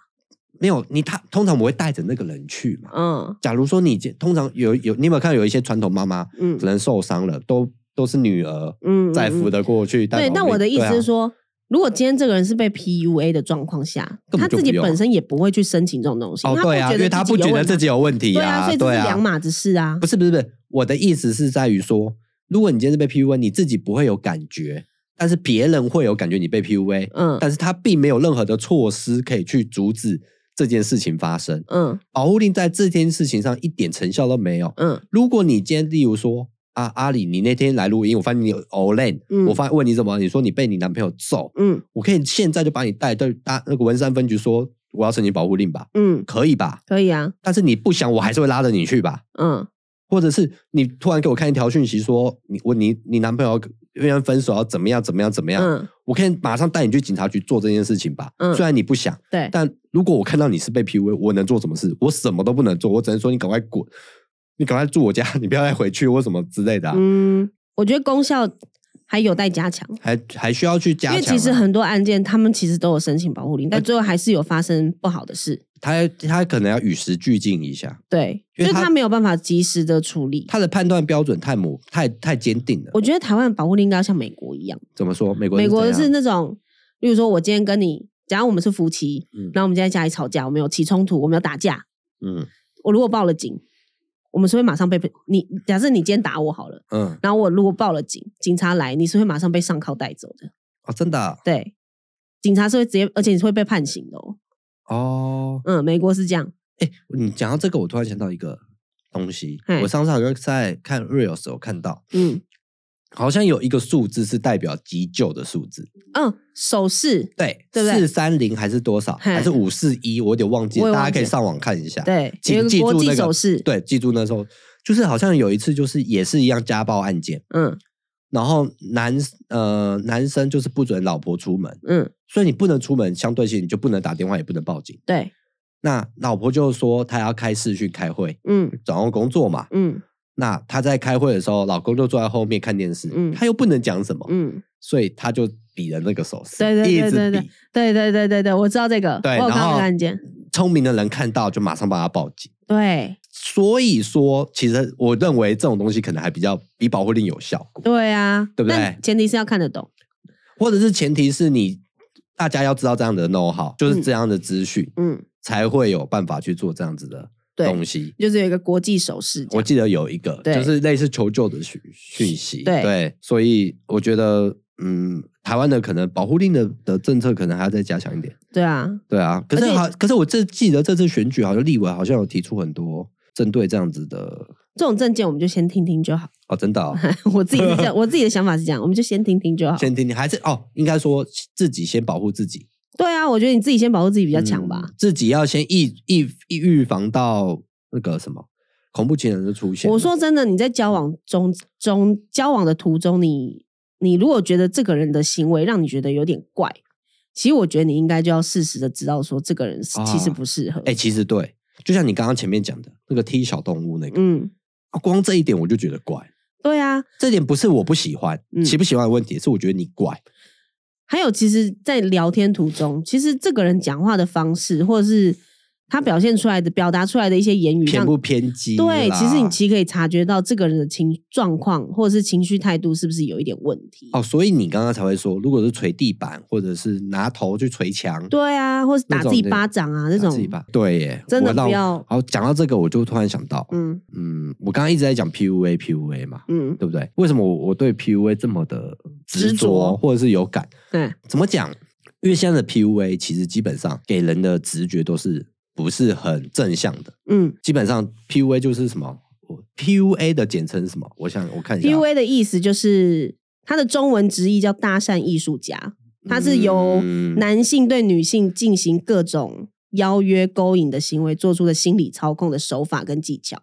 Speaker 1: 没有你他通常我会带着那个人去嘛。
Speaker 2: 嗯
Speaker 1: 假如说你今通常有有你有没有看到有一些传统妈妈
Speaker 2: 嗯
Speaker 1: 可能受伤了，都都是女儿
Speaker 2: 嗯，
Speaker 1: 在扶
Speaker 2: 的。
Speaker 1: 得过去。
Speaker 2: 对，但我的意思是
Speaker 1: 说，
Speaker 2: 说，如果今天这个人是被 PUA 的状况下，
Speaker 1: 根本
Speaker 2: 他
Speaker 1: 就
Speaker 2: 自己
Speaker 1: 不用啊
Speaker 2: 本身也不会去申请这种东西，
Speaker 1: 哦
Speaker 2: 他不
Speaker 1: 对
Speaker 2: 觉
Speaker 1: 啊，
Speaker 2: 得
Speaker 1: 因为他不
Speaker 2: 有
Speaker 1: 觉得
Speaker 2: 问
Speaker 1: 自己有问题
Speaker 2: 对啊，所以这
Speaker 1: 对
Speaker 2: 是
Speaker 1: 啊，
Speaker 2: 两码子事啊
Speaker 1: 不。是不是不是，我的意思是在于说，如果你今天是被 PUA，你自己不会有感觉，但是别人会有感觉你被 PUA，
Speaker 2: 嗯
Speaker 1: 但是他并没有任何的措施可以去阻止这件事情发生。
Speaker 2: 嗯
Speaker 1: 保护令在这件事情上一点成效都没有。
Speaker 2: 嗯
Speaker 1: 如果你今天，例如说啊，阿里，你那天来录音，我发现你有 Olen，、
Speaker 2: 嗯
Speaker 1: 我发问你怎么，你说你被你男朋友揍，
Speaker 2: 嗯
Speaker 1: 我可以现在就把你带到大那个文山分局说，我要申请保护令吧，
Speaker 2: 嗯，
Speaker 1: 可以吧？
Speaker 2: 可以啊，
Speaker 1: 但是你不想，我还是会拉着你去吧。
Speaker 2: 嗯
Speaker 1: 或者是你突然给我看一条讯息说，你我你你男朋友因为分手要怎么样怎么样怎么样，
Speaker 2: 嗯，
Speaker 1: 我可以马上带你去警察局做这件事情吧。
Speaker 2: 嗯
Speaker 1: 虽然你不想，
Speaker 2: 对，
Speaker 1: 但如果我看到你是被 PUA，我能做什么事？我什么都不能做，我只能说你赶快滚，你赶快住我家， (laughs) 你不要再回去或什么之类的啊、
Speaker 2: 嗯，我觉得功效还有待加强。
Speaker 1: 还还需要去加
Speaker 2: 因
Speaker 1: 强啊、呃
Speaker 2: 为其实很多案件，他们其实都有申请保护令，但最后还是有发生不好的事。
Speaker 1: 他他可能要与时俱进一下，
Speaker 2: 对，
Speaker 1: 因为
Speaker 2: 就是
Speaker 1: 他
Speaker 2: 他没有办法及时的处理。
Speaker 1: 他的判断标准太模太太坚定了。
Speaker 2: 我觉得台湾保护令应该要像美国一样，
Speaker 1: 怎么说？美国人
Speaker 2: 美国
Speaker 1: 怎样
Speaker 2: 是那种，例如说我今天跟你，假如我们是夫妻，
Speaker 1: 嗯
Speaker 2: 然后我们今天在家里吵架，我们有起冲突，我们有打架，
Speaker 1: 嗯
Speaker 2: 我如果报了警，我们是会马上被你，假设你今天打我好了，
Speaker 1: 嗯
Speaker 2: 然后我如果报了警，警察来，你是会马上被上铐带走的，
Speaker 1: 哦，真的啊、
Speaker 2: 对，警察是会直接，而且你是会被判刑的哦。
Speaker 1: 哦。
Speaker 2: 嗯，美国是这样，
Speaker 1: 哎，你讲到这个，我突然想到一个东西
Speaker 2: 嘿，
Speaker 1: 我上次好像在看 real 时候看到，
Speaker 2: 嗯
Speaker 1: 好像有一个数字是代表急救的数字，
Speaker 2: 嗯，手势，
Speaker 1: 对，
Speaker 2: 对不对
Speaker 1: 四三零还是多少？
Speaker 2: 嘿
Speaker 1: 还是五四一？我有点忘记，
Speaker 2: 我也忘记
Speaker 1: 大家可以上网看一下。
Speaker 2: 对，
Speaker 1: 请
Speaker 2: 有一
Speaker 1: 记
Speaker 2: 个
Speaker 1: 住
Speaker 2: 国际
Speaker 1: 那个
Speaker 2: 手势，
Speaker 1: 对，记住那时候，就是好像有一次就是也是一样家暴案件，
Speaker 2: 嗯
Speaker 1: 然后男呃男生就是不准老婆出门，
Speaker 2: 嗯，
Speaker 1: 所以你不能出门，相对性你就不能打电话，也不能报警。
Speaker 2: 对，
Speaker 1: 那老婆就说她要开视讯开会，
Speaker 2: 嗯
Speaker 1: 找工工作嘛。
Speaker 2: 嗯
Speaker 1: 那她在开会的时候，老公就坐在后面看电视，
Speaker 2: 嗯
Speaker 1: 他又不能讲什么，
Speaker 2: 嗯，
Speaker 1: 所以他就比了那个手势，
Speaker 2: 对对对对
Speaker 1: 一直
Speaker 2: 对
Speaker 1: 比。
Speaker 2: 对对对对对，我知道这 (laughs) 个，我
Speaker 1: 对，
Speaker 2: 有
Speaker 1: 然
Speaker 2: 看到这
Speaker 1: 后
Speaker 2: 个案件，
Speaker 1: 聪明的人看到就马上把他报警。
Speaker 2: 对
Speaker 1: 所以说，其实我认为这种东西可能还比较比保护令有效果，
Speaker 2: 对啊，
Speaker 1: 对不对
Speaker 2: 但前提是要看得懂，
Speaker 1: 或者是前提是你大家要知道这样的 know how，就是这样的资讯，
Speaker 2: 嗯，
Speaker 1: 才会有办法去做这样子的
Speaker 2: 对
Speaker 1: 东，西。
Speaker 2: 就是有一个国际手势
Speaker 1: 我
Speaker 2: 这样，
Speaker 1: 记得有一个
Speaker 2: 对
Speaker 1: 就是类似求救的讯讯息，
Speaker 2: 对
Speaker 1: 所以我觉得，嗯，台湾的可能保护令的的政策可能还要再加强一点，
Speaker 2: 对啊，
Speaker 1: 对啊。可
Speaker 2: 而
Speaker 1: 是
Speaker 2: 且
Speaker 1: 好，可是我这记得这次选举好像立委好像有提出很多针对这样子的，
Speaker 2: 这种证件我们就先听听就好。
Speaker 1: 哦，真
Speaker 2: (laughs)
Speaker 1: 的、哦，
Speaker 2: 我自己是这
Speaker 1: (laughs)
Speaker 2: 样，我自己的想法是这样，我们就先听听就好。
Speaker 1: 先听听，还是哦，应该说自己先保护自己
Speaker 2: 对啊，我觉得你自己先保护自己比较强吧。
Speaker 1: 嗯自己要先预预预预防到那个什么恐怖情人的出现。
Speaker 2: 我说真的，你在交往中中交往的途中，你你如果觉得这个人的行为让你觉得有点怪，其实我觉得你应该就要适时的知道说这个人是
Speaker 1: 啊
Speaker 2: 其实不适合。
Speaker 1: 哎、其实对，就像你刚刚前面讲的那个踢小动物那个，
Speaker 2: 嗯，
Speaker 1: 啊光这一点我就觉得怪。
Speaker 2: 对啊。
Speaker 1: 这点不是我不喜欢，
Speaker 2: 嗯
Speaker 1: 喜不喜欢的问题，是我觉得你怪。
Speaker 2: 还有，其实，在聊天途中，其实这个人讲话的方式，或者是他表现出来的、表达出来的一些言语，
Speaker 1: 偏
Speaker 2: 让
Speaker 1: 不偏激啦？
Speaker 2: 嗯对，其实你其实可以察觉到这个人的情状况或者是情绪态度是不是有一点问题。
Speaker 1: 哦，所以你刚刚才会说，如果是捶地板，或者是拿头去捶墙，
Speaker 2: 对啊，或是
Speaker 1: 那
Speaker 2: 打
Speaker 1: 种
Speaker 2: 自己
Speaker 1: 的
Speaker 2: 巴掌啊，这
Speaker 1: 打
Speaker 2: 种
Speaker 1: 自己吧，对耶，
Speaker 2: 真的
Speaker 1: 我让
Speaker 2: 不要
Speaker 1: 好，讲到这个，我就突然想到，
Speaker 2: 嗯
Speaker 1: 嗯，我刚刚一直在讲 PUA PUA 嘛，
Speaker 2: 嗯，
Speaker 1: 对不对？为什么我我对 PUA 这么的执
Speaker 2: 执
Speaker 1: 着
Speaker 2: 着
Speaker 1: 或者是有感？
Speaker 2: 对，
Speaker 1: 怎么讲？因为现在的 PUA 其实基本上给人的直觉都是不是很正向的。
Speaker 2: 嗯
Speaker 1: 基本上 PUA 就是什么我？PUA 的简称是什么？我想我看一下
Speaker 2: ，PUA 的意思就是它的中文直译叫搭讪艺术家，它是由
Speaker 1: 嗯
Speaker 2: 男性对女性进行各种邀约、勾引的行为做出的心理操控的手法跟技巧。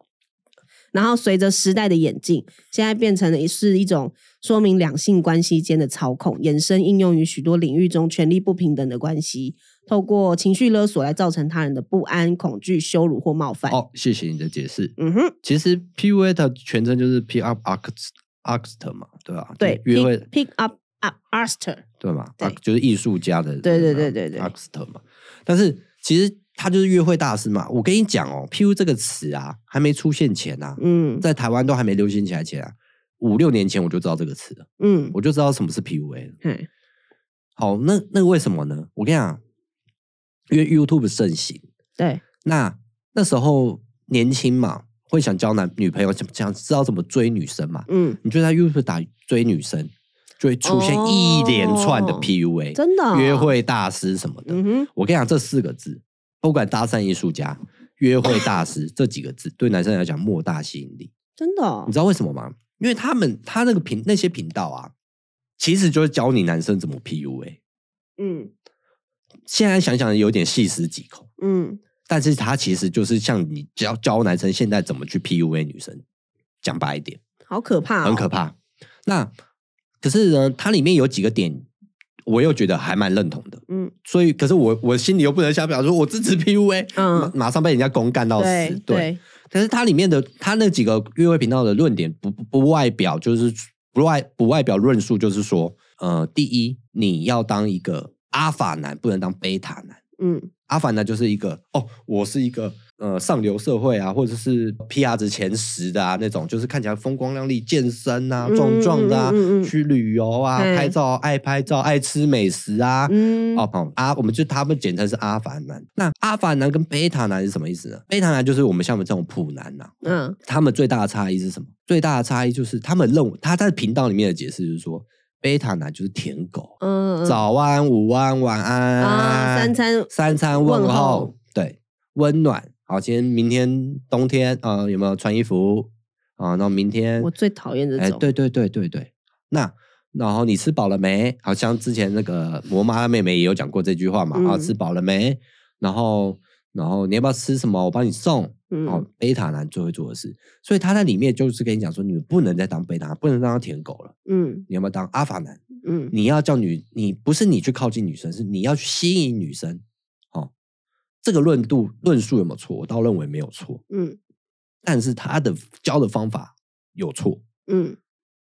Speaker 2: 然后随着时代的演进，现在变成了是一种说明两性关系间的操控，衍生应用于许多领域中权力不平等的关系，透过情绪勒索来造成他人的不安、恐惧、羞辱或冒犯。
Speaker 1: 哦，谢谢你的解释。
Speaker 2: 嗯哼，
Speaker 1: 其实 PUA 的全称就是 P up Arcst Arcst 嘛，对吧、
Speaker 2: 对，
Speaker 1: 约会
Speaker 2: pick, pick up up arster，
Speaker 1: 对嘛，
Speaker 2: 对
Speaker 1: Arc- 就是艺术家的人啊，
Speaker 2: 对对对对对
Speaker 1: a x t 嘛。但是其实他就是约会大师嘛。我跟你讲哦，PU 这个词啊，还没出现前啊，
Speaker 2: 嗯
Speaker 1: 在台湾都还没流行起来前啊，五六年前我就知道这个词了，
Speaker 2: 嗯，
Speaker 1: 我就知道什么是 PUA 了。
Speaker 2: 嘿
Speaker 1: 好，那那为什么呢？我跟你讲，因为 YouTube 盛行，
Speaker 2: 对，
Speaker 1: 那那时候年轻嘛，会想交男女朋友，想想知道怎么追女生嘛，
Speaker 2: 嗯，
Speaker 1: 你就在 YouTube 打追女生，就会出现一连串的
Speaker 2: 哦
Speaker 1: PUA，、
Speaker 2: 真的哦
Speaker 1: 约，会大师什么的。
Speaker 2: 嗯哼，
Speaker 1: 我跟你讲，这四个字，不管搭讪艺术家、约会大师这几个字，对男生来讲莫大吸引力。
Speaker 2: 真的哦
Speaker 1: 你，知道为什么吗？因为他们他那个频那些频道啊，其实就是教你男生怎么 PUA。
Speaker 2: 嗯
Speaker 1: 现在想想有点细思极恐，
Speaker 2: 嗯，
Speaker 1: 但是他其实就是像你教教男生现在怎么去 PUA 女生，讲白一点。
Speaker 2: 好可怕，
Speaker 1: 很可，怕。那可是呢，它里面有几个点，我又觉得还蛮认同的。
Speaker 2: 嗯
Speaker 1: 所以，可是我我心里又不能下表说我支持 (laughs) PUA，、马
Speaker 2: 嗯，
Speaker 1: 马上被人家公干到死。
Speaker 2: 对对，
Speaker 1: 但是它里面的它那几个约会频道的论点不不不外表就是不外不外表论述，就是说，呃，第一，你要当一个阿法男，不能当贝塔男。
Speaker 2: 嗯
Speaker 1: 阿凡达就是一个哦，我是一个呃上流社会啊，或者是 PR 值前十的啊那种，就是看起来风光亮丽、健身啊、
Speaker 2: 嗯
Speaker 1: 壮壮的啊，
Speaker 2: 嗯嗯嗯嗯
Speaker 1: 去旅游啊、
Speaker 2: 嗯
Speaker 1: 拍照、爱拍照、爱吃美食啊。
Speaker 2: 嗯，
Speaker 1: 哦，好啊，我们就他们简称是阿凡男。那阿凡男跟贝塔男是什么意思呢？贝塔男就是我们像我们这种普男呐、
Speaker 2: 嗯
Speaker 1: 他们最大的差异是什么？最大的差异就是他们认为他在频道里面的解释就是说，贝塔男就是舔狗，
Speaker 2: 嗯，嗯
Speaker 1: 早安、午安、晚安
Speaker 2: 啊，三餐
Speaker 1: 三餐问候，
Speaker 2: 问候
Speaker 1: 对，温暖。好，今天明天冬天，呃，有没有穿衣服啊？那明天
Speaker 2: 我最讨厌这
Speaker 1: 哎，
Speaker 2: 种，
Speaker 1: 对对对对对，那然后你吃饱了没？好像之前那个我妈妹妹也有讲过这句话嘛，啊，
Speaker 2: 嗯
Speaker 1: 吃饱了没？然后然后你要不要吃什么，我帮你送。哦
Speaker 2: 嗯，，
Speaker 1: 贝塔男最会做的事，所以他在里面就是跟你讲说，你们不能再当贝塔，不能当舔狗了，
Speaker 2: 嗯
Speaker 1: 你有没有当阿法男？
Speaker 2: 嗯，
Speaker 1: 你要叫女，你不是你去靠近女生，是你要去吸引女生。哦，这个论度论述有没有错？我倒认为没有错，
Speaker 2: 嗯
Speaker 1: 但是他的教的方法有错，
Speaker 2: 嗯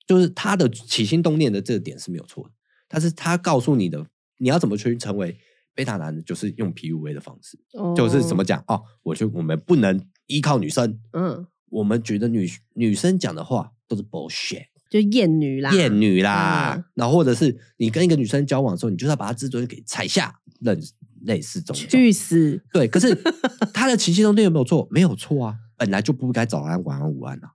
Speaker 1: 就是他的起心动念的这个点是没有错的，但是他告诉你的你要怎么去成为贝塔男，就是用 PUA 的方式，
Speaker 2: 哦
Speaker 1: 就是怎么讲哦，我就我们不能依靠女生，
Speaker 2: 嗯，
Speaker 1: 我们觉得女女生讲的话都是 bullshit，
Speaker 2: 就厌女啦，
Speaker 1: 厌女啦，
Speaker 2: 嗯
Speaker 1: 然后或者是你跟一个女生交往的时候，你就是要把她自尊给踩下，类类似这种。
Speaker 2: 去死，
Speaker 1: 对，可是
Speaker 2: (laughs)
Speaker 1: 她的起心动念有没有错？没有错啊，本来就不该早安、晚安、午安啊。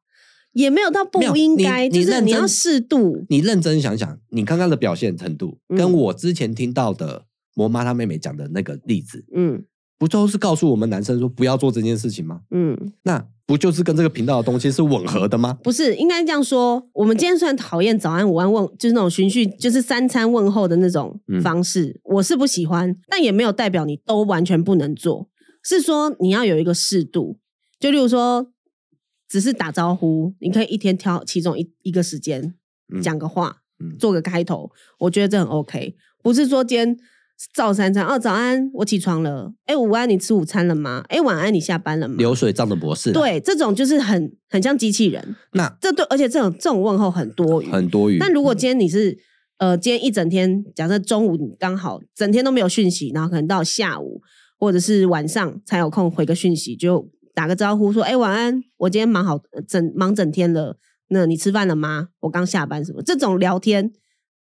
Speaker 2: 也没有到不
Speaker 1: 没有
Speaker 2: 应
Speaker 1: 你
Speaker 2: 该，
Speaker 1: 你
Speaker 2: 就是
Speaker 1: 认
Speaker 2: 你要
Speaker 1: 真
Speaker 2: 适度，
Speaker 1: 你认真想想，你刚刚的表现程度，
Speaker 2: 嗯
Speaker 1: 跟我之前听到的魔妈她妹妹讲的那个例子，
Speaker 2: 嗯
Speaker 1: 不都是告诉我们男生说不要做这件事情吗？
Speaker 2: 嗯，
Speaker 1: 那不就是跟这个频道的东西是吻合的吗？
Speaker 2: 不是应该这样说。我们今天虽然讨厌早安、午安问，就是那种循序，就是三餐问候的那种
Speaker 1: 嗯
Speaker 2: 方式，我是不喜欢，但也没有代表你都完全不能做，是说你要有一个适度。就例如说，只是打招呼，你可以一天挑其中一一个时间
Speaker 1: 嗯
Speaker 2: 讲个话，
Speaker 1: 嗯
Speaker 2: 做个开头，我觉得这很 OK。不是说今天照三餐哦，早安，我起床了。哎，午安，你吃午餐了吗？哎，晚安，你下班了吗？
Speaker 1: 流水账的模式、，啊
Speaker 2: 对，这种就是很很像机器人，
Speaker 1: 那
Speaker 2: 这对，而且这种这种问候很多余。
Speaker 1: 很多余。
Speaker 2: 但如果
Speaker 1: 嗯
Speaker 2: 今天你是呃，今天一整天，假设中午你刚好整天都没有讯息，然后可能到下午或者是晚上才有空回个讯息，就打个招呼说：“哎、晚安，我今天忙好呃整忙整天了，那你吃饭了吗？我刚下班什么？”这种聊天，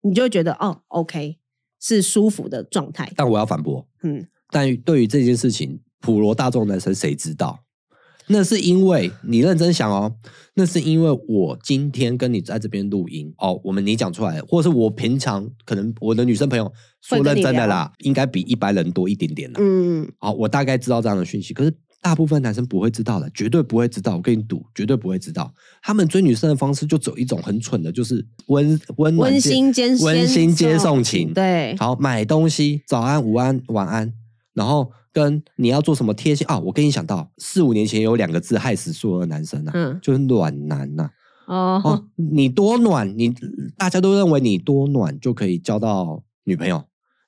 Speaker 2: 你就会觉得哦，OK，是舒服的状态。
Speaker 1: 但我要反驳，
Speaker 2: 嗯
Speaker 1: 但对于这件事情，普罗大众男生谁知道？那是因为你认真想哦，那是因为我今天跟你在这边录音哦，我们你讲出来，或者是我平常可能我的女生朋友说
Speaker 2: 会跟
Speaker 1: 认
Speaker 2: 你
Speaker 1: 真的
Speaker 2: 聊
Speaker 1: 啦，应该比一般人多一点点啦。
Speaker 2: 嗯，
Speaker 1: 好、我大概知道这样的讯息，可是大部分男生不会知道的，绝对不会知道。我跟你赌，绝对不会知道。他们追女生的方式就只有一种很蠢的，就是温温暖
Speaker 2: 温
Speaker 1: 接
Speaker 2: 馨兼
Speaker 1: 温馨接送情，
Speaker 2: 对，
Speaker 1: 好，买东西，早安、午安、晚安，然后跟你要做什么贴心啊？我跟你想到四五年前有两个字害死所有的男生啊，
Speaker 2: 嗯
Speaker 1: 就是暖男呐、
Speaker 2: 哦，
Speaker 1: 哦，你多暖，你大家都认为你多暖就可以交到女朋友，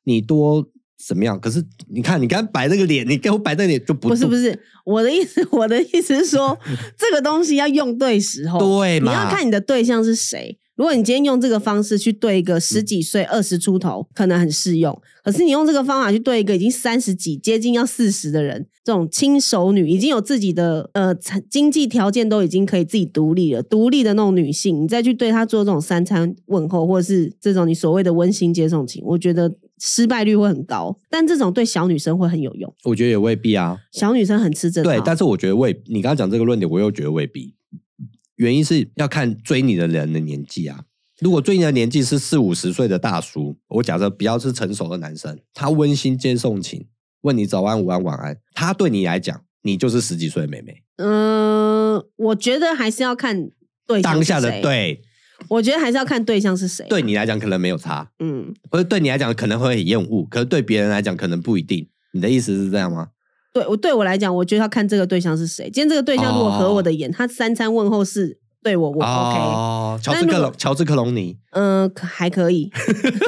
Speaker 1: 你多怎么样？可是你看，你刚才摆这个脸，你给我摆这个脸就不
Speaker 2: 不是不
Speaker 1: 是
Speaker 2: 是，我的意思， (laughs) 我的意思是
Speaker 1: (laughs)
Speaker 2: 说，这个东西要用对时候，
Speaker 1: 对
Speaker 2: 哦你
Speaker 1: 嘛？
Speaker 2: 要看你的对象是谁。如果你今天用这个方式去对一个
Speaker 1: 嗯
Speaker 2: 十几岁、二十出头，可能很适用；可是你用这个方法去对一个已经三十几、接近要四十的人，这种轻熟女，已经有自己的呃财经济条件，都已经可以自己独立了，独立的那种女性，你再去对她做这种三餐问候，或者是这种你所谓的温馨接送情，我觉得失败率会很高。但这种对小女生会很有用，
Speaker 1: 我觉得也未必啊。
Speaker 2: 小女生很吃这套。
Speaker 1: 对，但是我觉得未，你刚刚讲这个论点，我又觉得未必。原因是要看追你的人的年纪啊。如果追你的年纪是四五十岁的大叔，我假设比较是成熟的男生，他温馨接送情，问你早安、午安、晚安，他对你来讲，你就是十几岁的妹妹，
Speaker 2: 嗯，我觉得还是要看对象
Speaker 1: 当
Speaker 2: 是
Speaker 1: 下的
Speaker 2: 谁，
Speaker 1: 对
Speaker 2: 我觉得还是要看对象是谁。
Speaker 1: 对，你来讲可能没有差，
Speaker 2: 嗯，
Speaker 1: 或者对你来讲可能会很厌恶，可是对别人来讲可能不一定。你的意思是这样吗？
Speaker 2: 对我对我来讲，我觉得要看这个对象是谁。今天这个对象如果合我的眼，他三餐问候是对我，我 OK，
Speaker 1: 哦，乔治
Speaker 2: 但如
Speaker 1: 克
Speaker 2: 果
Speaker 1: 隆，乔治克隆
Speaker 2: (laughs)
Speaker 1: 尼，
Speaker 2: 嗯、可还可以。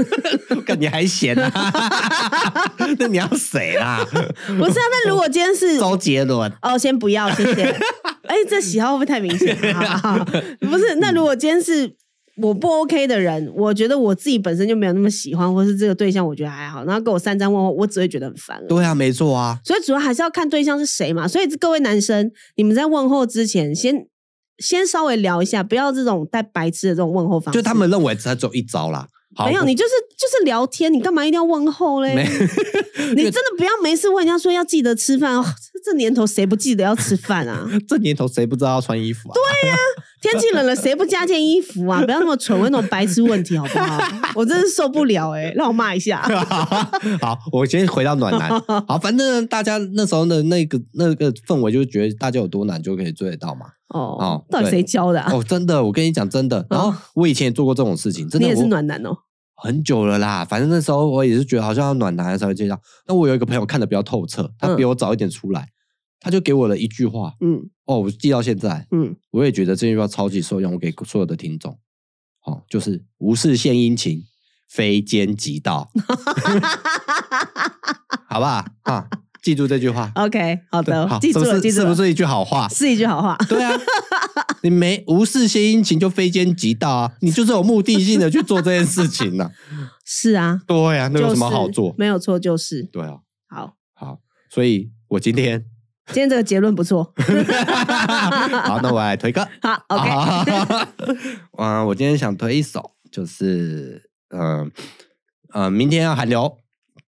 Speaker 1: (laughs) 看你还闲啊？ (laughs) 那你要谁啦？
Speaker 2: 不是啊，但如果今
Speaker 1: (laughs)
Speaker 2: 天是
Speaker 1: 周杰伦，
Speaker 2: 哦，先不要，谢
Speaker 1: (laughs)
Speaker 2: 谢。哎，这喜好会不会太明显？好好好不是，那如果今天是我不 OK 的人，我觉得我自己本身就没有那么喜欢，或是这个对象我觉得还好，然后跟我三餐问候，我只会觉得很烦而已。
Speaker 1: 对啊，没错啊，
Speaker 2: 所以主要还是要看对象是谁嘛。所以各位男生，你们在问候之前，先先稍微聊一下，不要这种带白痴的这种问候方式。
Speaker 1: 就他们认为他只有一招啦。好，
Speaker 2: 啊没有，你就是就是聊天，你干嘛一定要问候嘞？
Speaker 1: 没 (laughs)
Speaker 2: 你真的不要没事问人家说要记得吃饭哦， (laughs) 这这年头谁不记得要吃饭啊？
Speaker 1: 这年头谁不知道要穿衣服啊？对呀、
Speaker 2: 天气冷了谁不加件衣服啊？不要那么蠢问那种白痴问题好不好？ (laughs) 我真是受不了哎、让我骂一下。
Speaker 1: (laughs) 好，我先回到暖
Speaker 2: (laughs)
Speaker 1: 男。好，反正大家那时候的那个那个氛围，就是觉得大家有多难就可以追得到嘛。
Speaker 2: 哦
Speaker 1: 哦，
Speaker 2: 到底
Speaker 1: 对
Speaker 2: 谁教的啊？
Speaker 1: 哦，真的，我跟你讲，真的。然后我以前也做过这种事情，真
Speaker 2: 你
Speaker 1: 的，
Speaker 2: 也是
Speaker 1: 我
Speaker 2: 暖男哦。
Speaker 1: 很久了啦，反正那时候我也是觉得好像要暖男的时候介绍。那我有一个朋友看的比较透彻，他比我早一点出来，他就给我了一句话，
Speaker 2: 嗯
Speaker 1: 哦，我记到现在，
Speaker 2: 嗯，
Speaker 1: 我也觉得这句话超级受用，我给所有的听众，哦，就是无事献殷勤，非奸即盗， (laughs) 好不好啊？记住这句话，
Speaker 2: OK，好的，
Speaker 1: 好，
Speaker 2: 记住
Speaker 1: 是
Speaker 2: 了，
Speaker 1: 不
Speaker 2: 记
Speaker 1: 是
Speaker 2: 住
Speaker 1: 是
Speaker 2: 了，
Speaker 1: 不是一句好话？
Speaker 2: 是一句好话。
Speaker 1: 对啊，你没无事献殷勤就非奸即盗啊，你就是有目的性的去做这件事情呢、
Speaker 2: 是啊，
Speaker 1: (laughs) 对啊，那有什么
Speaker 2: 就是
Speaker 1: 好做？
Speaker 2: 没有错，就是
Speaker 1: 对啊，
Speaker 2: 好。
Speaker 1: 好，所以我今天 (laughs)
Speaker 2: 今天这个结论不错。
Speaker 1: 好，那我来推歌。
Speaker 2: 好
Speaker 1: (laughs)
Speaker 2: ，OK，
Speaker 1: 啊嗯、
Speaker 2: (laughs)
Speaker 1: 我今天想推一首，就是嗯嗯、呃明天要寒流，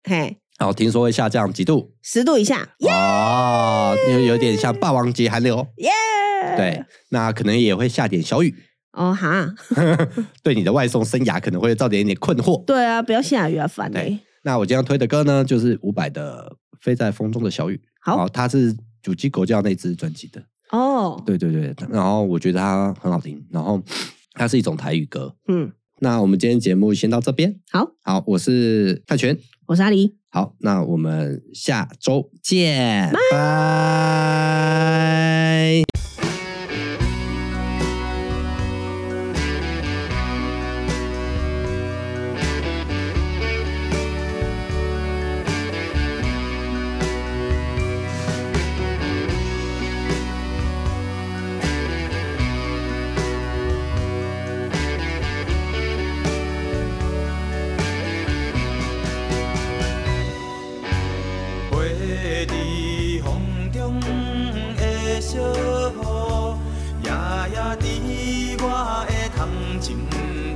Speaker 2: 嘿，
Speaker 1: 然后听说会下降几度
Speaker 2: 十度以下，
Speaker 1: 哦，就有点像霸王级寒
Speaker 2: (laughs)
Speaker 1: 流。
Speaker 2: 耶！
Speaker 1: 对，，那可能也会下点小雨，
Speaker 2: 哦哈，
Speaker 1: 对你的外送生涯可能会造成一点困惑。
Speaker 2: 对啊，不要下雨啊，烦嘞、
Speaker 1: 对那我今天要推的歌呢，就是伍佰的《飞在风中的小雨》。
Speaker 2: 好
Speaker 1: 哦，它是主机狗叫那支专辑的。
Speaker 2: 哦，
Speaker 1: 对对对，然后我觉得它很好听，然后它是一种台语歌。
Speaker 2: 嗯，
Speaker 1: 那我们今天节目先到这边，
Speaker 2: 好，
Speaker 1: 好，我是泰拳，
Speaker 2: 我是阿狸。
Speaker 1: 好，那我们下周见，拜。
Speaker 3: 飞伫风中的小雨，夜夜伫我的窗前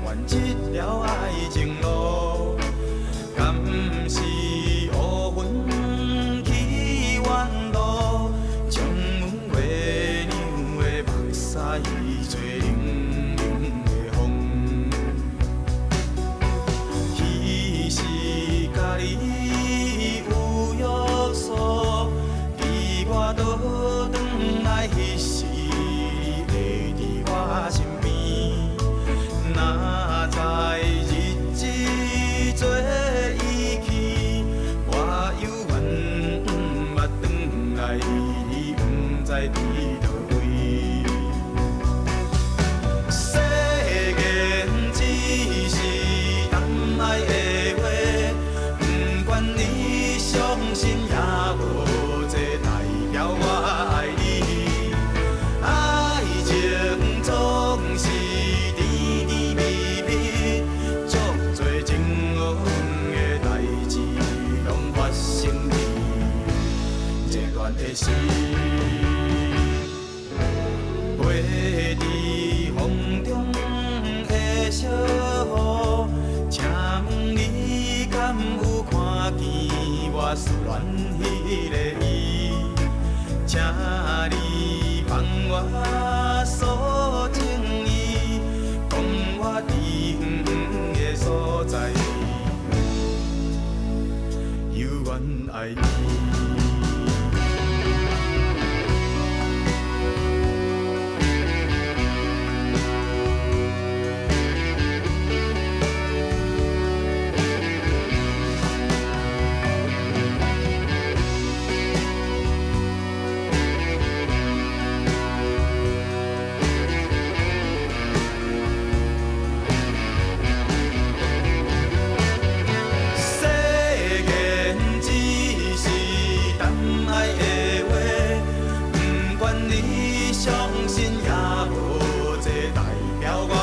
Speaker 3: 弯一条爱情路，敢是乌云起弯路，将阮月亮的目屎做冷冷的风。彼时甲你有约束，伫我倒转来彼时，你会伫我身边。哪知日子做已去，我犹原毋捌转来，你毋知伫倒位。誓言只是谈爱的话，不管你相信也无，这代表我爱你。爱情总是甜甜蜜蜜，足多情恶的代志拢发生伫热恋的时。飞伫风中的小雨，请问你敢有看见我思念迄个伊？请你放我诉情意，讲我伫远远的所在，犹原爱你。誓言只是谈爱的话，不管你相信也无，这代表我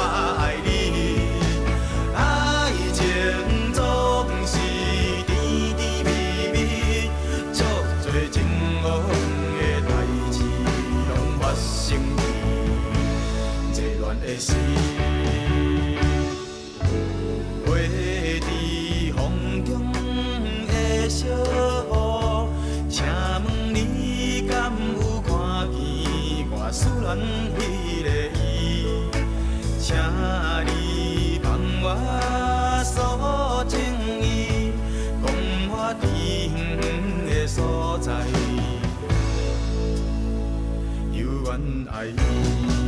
Speaker 3: 爱你。爱情总是甜甜蜜蜜，足多情恶的代志拢发生伫热恋的时。飞伫风中的小雨，请问你敢有看见我思念迄个伊？请你放我诉情意，讲我伫远远的所在，犹原爱你。